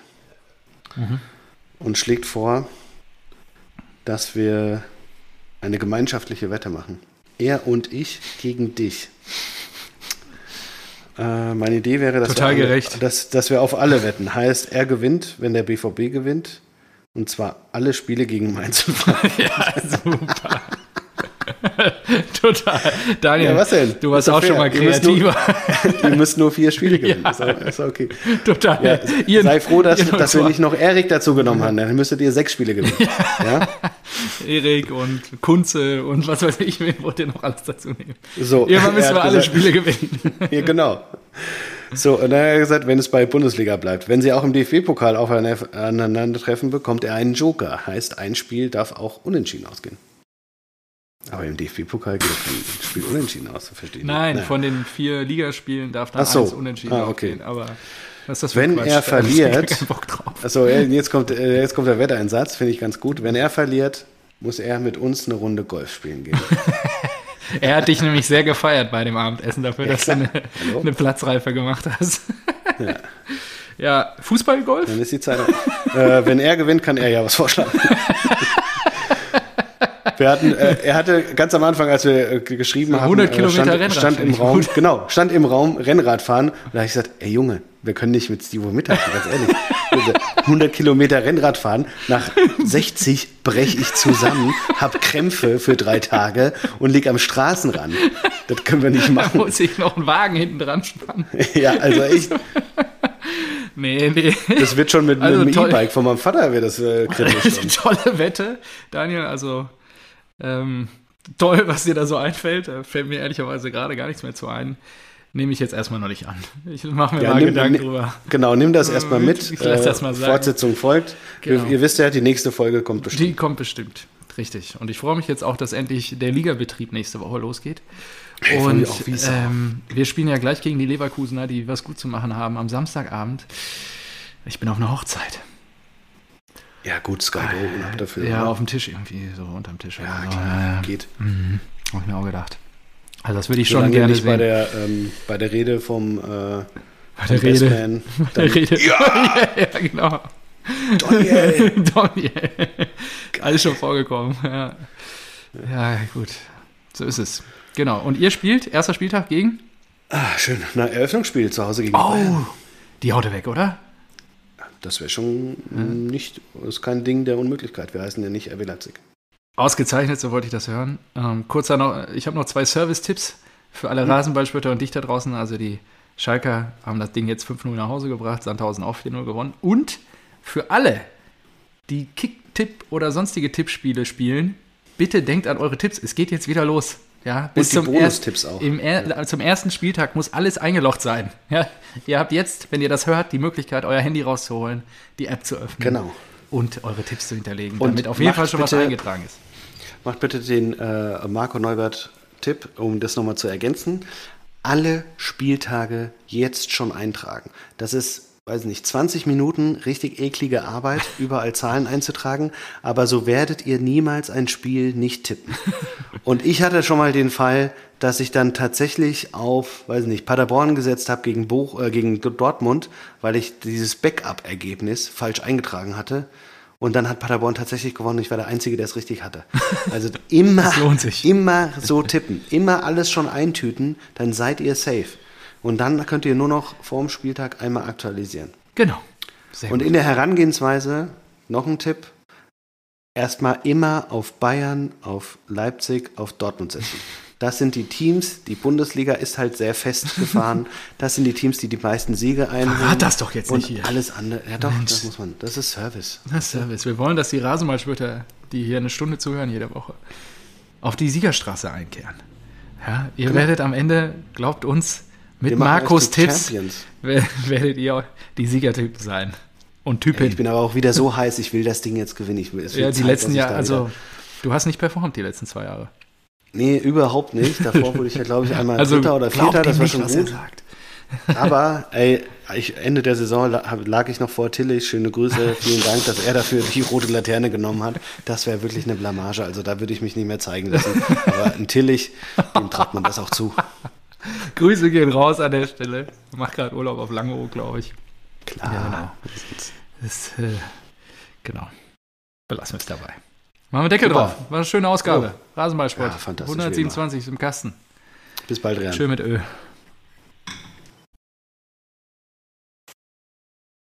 S1: und schlägt vor, dass wir eine gemeinschaftliche Wette machen. Er und ich gegen dich. Äh, meine Idee wäre, dass,
S2: Total
S1: wir alle,
S2: gerecht.
S1: Dass, dass wir auf alle wetten. Heißt, er gewinnt, wenn der BVB gewinnt. Und zwar alle Spiele gegen Mainz.
S2: Ja, super. Total. Daniel,
S1: Ja, was denn?
S2: du warst
S1: Ist doch
S2: auch schon
S1: fair.
S2: mal
S1: Ihr müsst
S2: kreativer.
S1: Ihr müsst nur vier Spiele gewinnen.
S2: Ja.
S1: Ist, auch, ist auch okay.
S2: Total.
S1: Ja,
S2: Ihr-
S1: sei froh, dass,
S2: ihr
S1: dass wir nicht noch Erik dazu genommen haben. Dann müsstet ihr sechs Spiele gewinnen. Ja?
S2: Erik und Kunze und was weiß ich, wen wollt ihr noch alles dazu nehmen?
S1: So, er
S2: Irgendwann müssen wir
S1: hat
S2: alle
S1: gesagt-
S2: Spiele gewinnen.
S1: Ja, genau. So, und dann hat er gesagt, wenn es bei Bundesliga bleibt, wenn sie auch im DFB-Pokal aufeinander- aneinandertreffen, bekommt er einen Joker. Heißt, ein Spiel darf auch unentschieden ausgehen. Aber im DFB-Pokal geht ein Spiel unentschieden aus, verstehe ich
S2: Nein,
S1: nicht. Naja.
S2: von den vier Ligaspielen darf dann
S1: Ach so.
S2: alles unentschieden
S1: Ah, okay.
S2: ausgehen, Aber was ist das für
S1: Wenn
S2: Quatsch?
S1: er
S2: Da hab ich gar
S1: verliert-
S2: keinen Bock drauf.
S1: Achso, äh, jetzt kommt, äh, jetzt kommt der Wetteinsatz, finde ich ganz gut. Wenn er verliert, muss er mit uns eine Runde Golf spielen gehen.
S2: Er hat dich nämlich sehr gefeiert bei dem Abendessen dafür, dass du eine,
S1: Hallo?
S2: eine Platzreife gemacht hast. Ja, Fußballgolf?
S1: Dann ist die Zeit. auf. äh, wenn er gewinnt, kann er ja was vorschlagen. Wir hatten, äh, er hatte ganz am Anfang, als wir äh, geschrieben haben,
S2: 100
S1: äh,
S2: Kilometer
S1: stand,
S2: Rennrad
S1: stand im
S2: finde ich
S1: Raum,
S2: gut.
S1: genau, stand im Raum Rennrad fahren. Und da habe ich gesagt, ey Junge, wir können nicht mit Stivo mithalten, ganz ehrlich. Diese 100 Kilometer Rennrad fahren, nach 60 breche ich zusammen, hab Krämpfe für drei Tage und lieg am Straßenrand. Das können wir nicht
S2: Da
S1: machen.
S2: muss ich noch einen Wagen hinten dran spannen.
S1: Ja, also echt.
S2: Nee, nee.
S1: Das wird schon mit,
S2: Also
S1: mit dem
S2: toll.
S1: E-Bike von meinem Vater wird das äh, kritisch. dann.
S2: Tolle Wette, Daniel. Also ähm, toll, was dir da so einfällt. Da fällt mir ehrlicherweise gerade gar nichts mehr zu ein. Nehme ich jetzt erstmal noch nicht an. Ich mache mir
S1: Ja,
S2: mal
S1: nimm-
S2: Gedanken
S1: nimm-
S2: drüber.
S1: Genau, nimm das erstmal
S2: Ich-
S1: mit.
S2: Mhm.
S1: Äh,
S2: ich lass das mal sagen.
S1: Fortsetzung folgt.
S2: Genau.
S1: Ihr, ihr wisst ja, die nächste Folge kommt bestimmt.
S2: Die kommt bestimmt. Richtig. Und ich freue mich jetzt auch, dass endlich der Ligabetrieb nächste Woche losgeht.
S1: freu
S2: Und
S1: mich auch wie Sau.
S2: ähm, wir spielen ja gleich gegen die Leverkusener, die was gut zu machen haben am Samstagabend. Ich bin auf einer Hochzeit.
S1: ja, gut, Sky Go und ab dafür.
S2: Ja,
S1: ne?
S2: auf dem Tisch irgendwie, so unterm Tisch.
S1: ja
S2: oder so.
S1: klar,
S2: Ja,
S1: geht.
S2: Habe ich mir auch gedacht. Also das würde ich schon
S1: Solange
S2: gerne
S1: nicht bei
S2: sehen.
S1: der, ähm, bei der Rede vom äh,
S2: Bei
S1: vom Bestman, dann-
S2: Der Rede. Ja, ja genau.
S1: Daniel!
S2: Daniel. Alles schon vorgekommen. Ja. ja, gut. So ist es. Genau. Und ihr spielt, erster Spieltag gegen?
S1: Ah, schön. Na, Eröffnungsspiel zu Hause gegen
S2: Oh, die haut er weg, oder?
S1: Das wäre schon m, nicht, ist kein Ding der Unmöglichkeit. Wir heißen ja nicht RB Leipzig.
S2: Ausgezeichnet, so wollte ich das hören. Ähm, kurzer noch, ich habe noch zwei Service-Tipps für
S1: Mhm.
S2: alle Rasenballspötter und dich da draußen. Also die Schalker haben das Ding jetzt 5-0 nach Hause gebracht, Sandhausen auch 4-0 gewonnen. Und für alle, die Kick-Tipp oder sonstige Tippspiele spielen, bitte denkt an eure Tipps. Es geht jetzt wieder los. Ja, bis
S1: die
S2: zum
S1: Bonustipps auch.
S2: Im er Zum ersten Spieltag muss alles eingelocht sein. Ja, ihr habt jetzt, wenn ihr das hört, die Möglichkeit, euer Handy rauszuholen, die App zu öffnen
S1: Genau.
S2: und eure Tipps zu hinterlegen,
S1: Und
S2: damit auf jeden
S1: macht
S2: Fall schon was
S1: bitte-
S2: eingetragen ist.
S1: Macht bitte den äh, Marco Neubert-Tipp, um das nochmal zu ergänzen. Alle Spieltage jetzt schon eintragen. Das ist, weiß nicht, 20 Minuten richtig eklige Arbeit, überall Zahlen einzutragen, aber so werdet ihr niemals ein Spiel nicht tippen. Und ich hatte schon mal den Fall, dass ich dann tatsächlich auf, weiß nicht, Paderborn gesetzt habe gegen, Boch, äh, gegen Dortmund, weil ich dieses Backup-Ergebnis falsch eingetragen hatte. Und dann hat Paderborn tatsächlich gewonnen. Ich war der Einzige, der es richtig hatte. Also immer,
S2: lohnt sich.
S1: immer so tippen. Immer alles schon eintüten, dann seid ihr safe. Und dann könnt ihr nur noch vorm Spieltag einmal aktualisieren.
S2: Genau. Sehr
S1: Und
S2: gut.
S1: in der Herangehensweise, noch ein Tipp, erstmal immer auf Bayern, auf Leipzig, auf Dortmund setzen. Das sind die Teams, die Bundesliga ist halt sehr festgefahren. Das sind die Teams, die die meisten Siege einholen.
S2: Verrat das doch jetzt
S1: und
S2: nicht hier.
S1: alles andere. Ja doch,
S2: Mensch.
S1: das muss man. Das ist Service.
S2: Das ist Service. Wir wollen, dass die Rasenmalschwörter, die hier eine Stunde zuhören jede Woche, auf die Siegerstraße einkehren. Ja, ihr werdet am Ende, glaubt uns, mit
S1: Genau. Wir machen euch
S2: Markus
S1: zu
S2: Tipps
S1: Champions.
S2: wer- werdet ihr die Siegertypen sein. Und Typin.
S1: Ich bin aber auch wieder so heiß, ich will das Ding jetzt gewinnen. Ich will, es wird
S2: ja, die
S1: Zeit, dass
S2: letzten
S1: ich
S2: Jahre,
S1: da
S2: also
S1: wieder-
S2: du hast nicht performt die letzten zwei Jahre.
S1: Nee, überhaupt nicht. Davor wurde ich ja, glaube ich, einmal
S2: Also
S1: Dritter oder
S2: glaubt
S1: Vierter. Das
S2: ihm
S1: war
S2: nicht,
S1: schon
S2: was er
S1: gut.
S2: sagt.
S1: Aber ey, ich, Ende der Saison la- hab- lag ich noch vor Tillich. Schöne Grüße. Vielen Dank, dass er dafür die rote Laterne genommen hat. Das wäre wirklich eine Blamage. Also da würde ich mich nicht mehr zeigen lassen. Aber ein Tillich, dem traut man das auch zu.
S2: Grüße gehen raus an der Stelle. Mach gerade Urlaub auf Langeoog, glaube ich.
S1: Klar.
S2: Ja, genau. Das, äh, genau. Belassen wir es dabei. Machen wir Deckel
S1: Super.
S2: drauf. War eine schöne Ausgabe. Rasenballsport.
S1: Ja, fantastisch, wie
S2: 127 ist im Kasten.
S1: Bis bald, Rian.
S2: Schön mit Öl.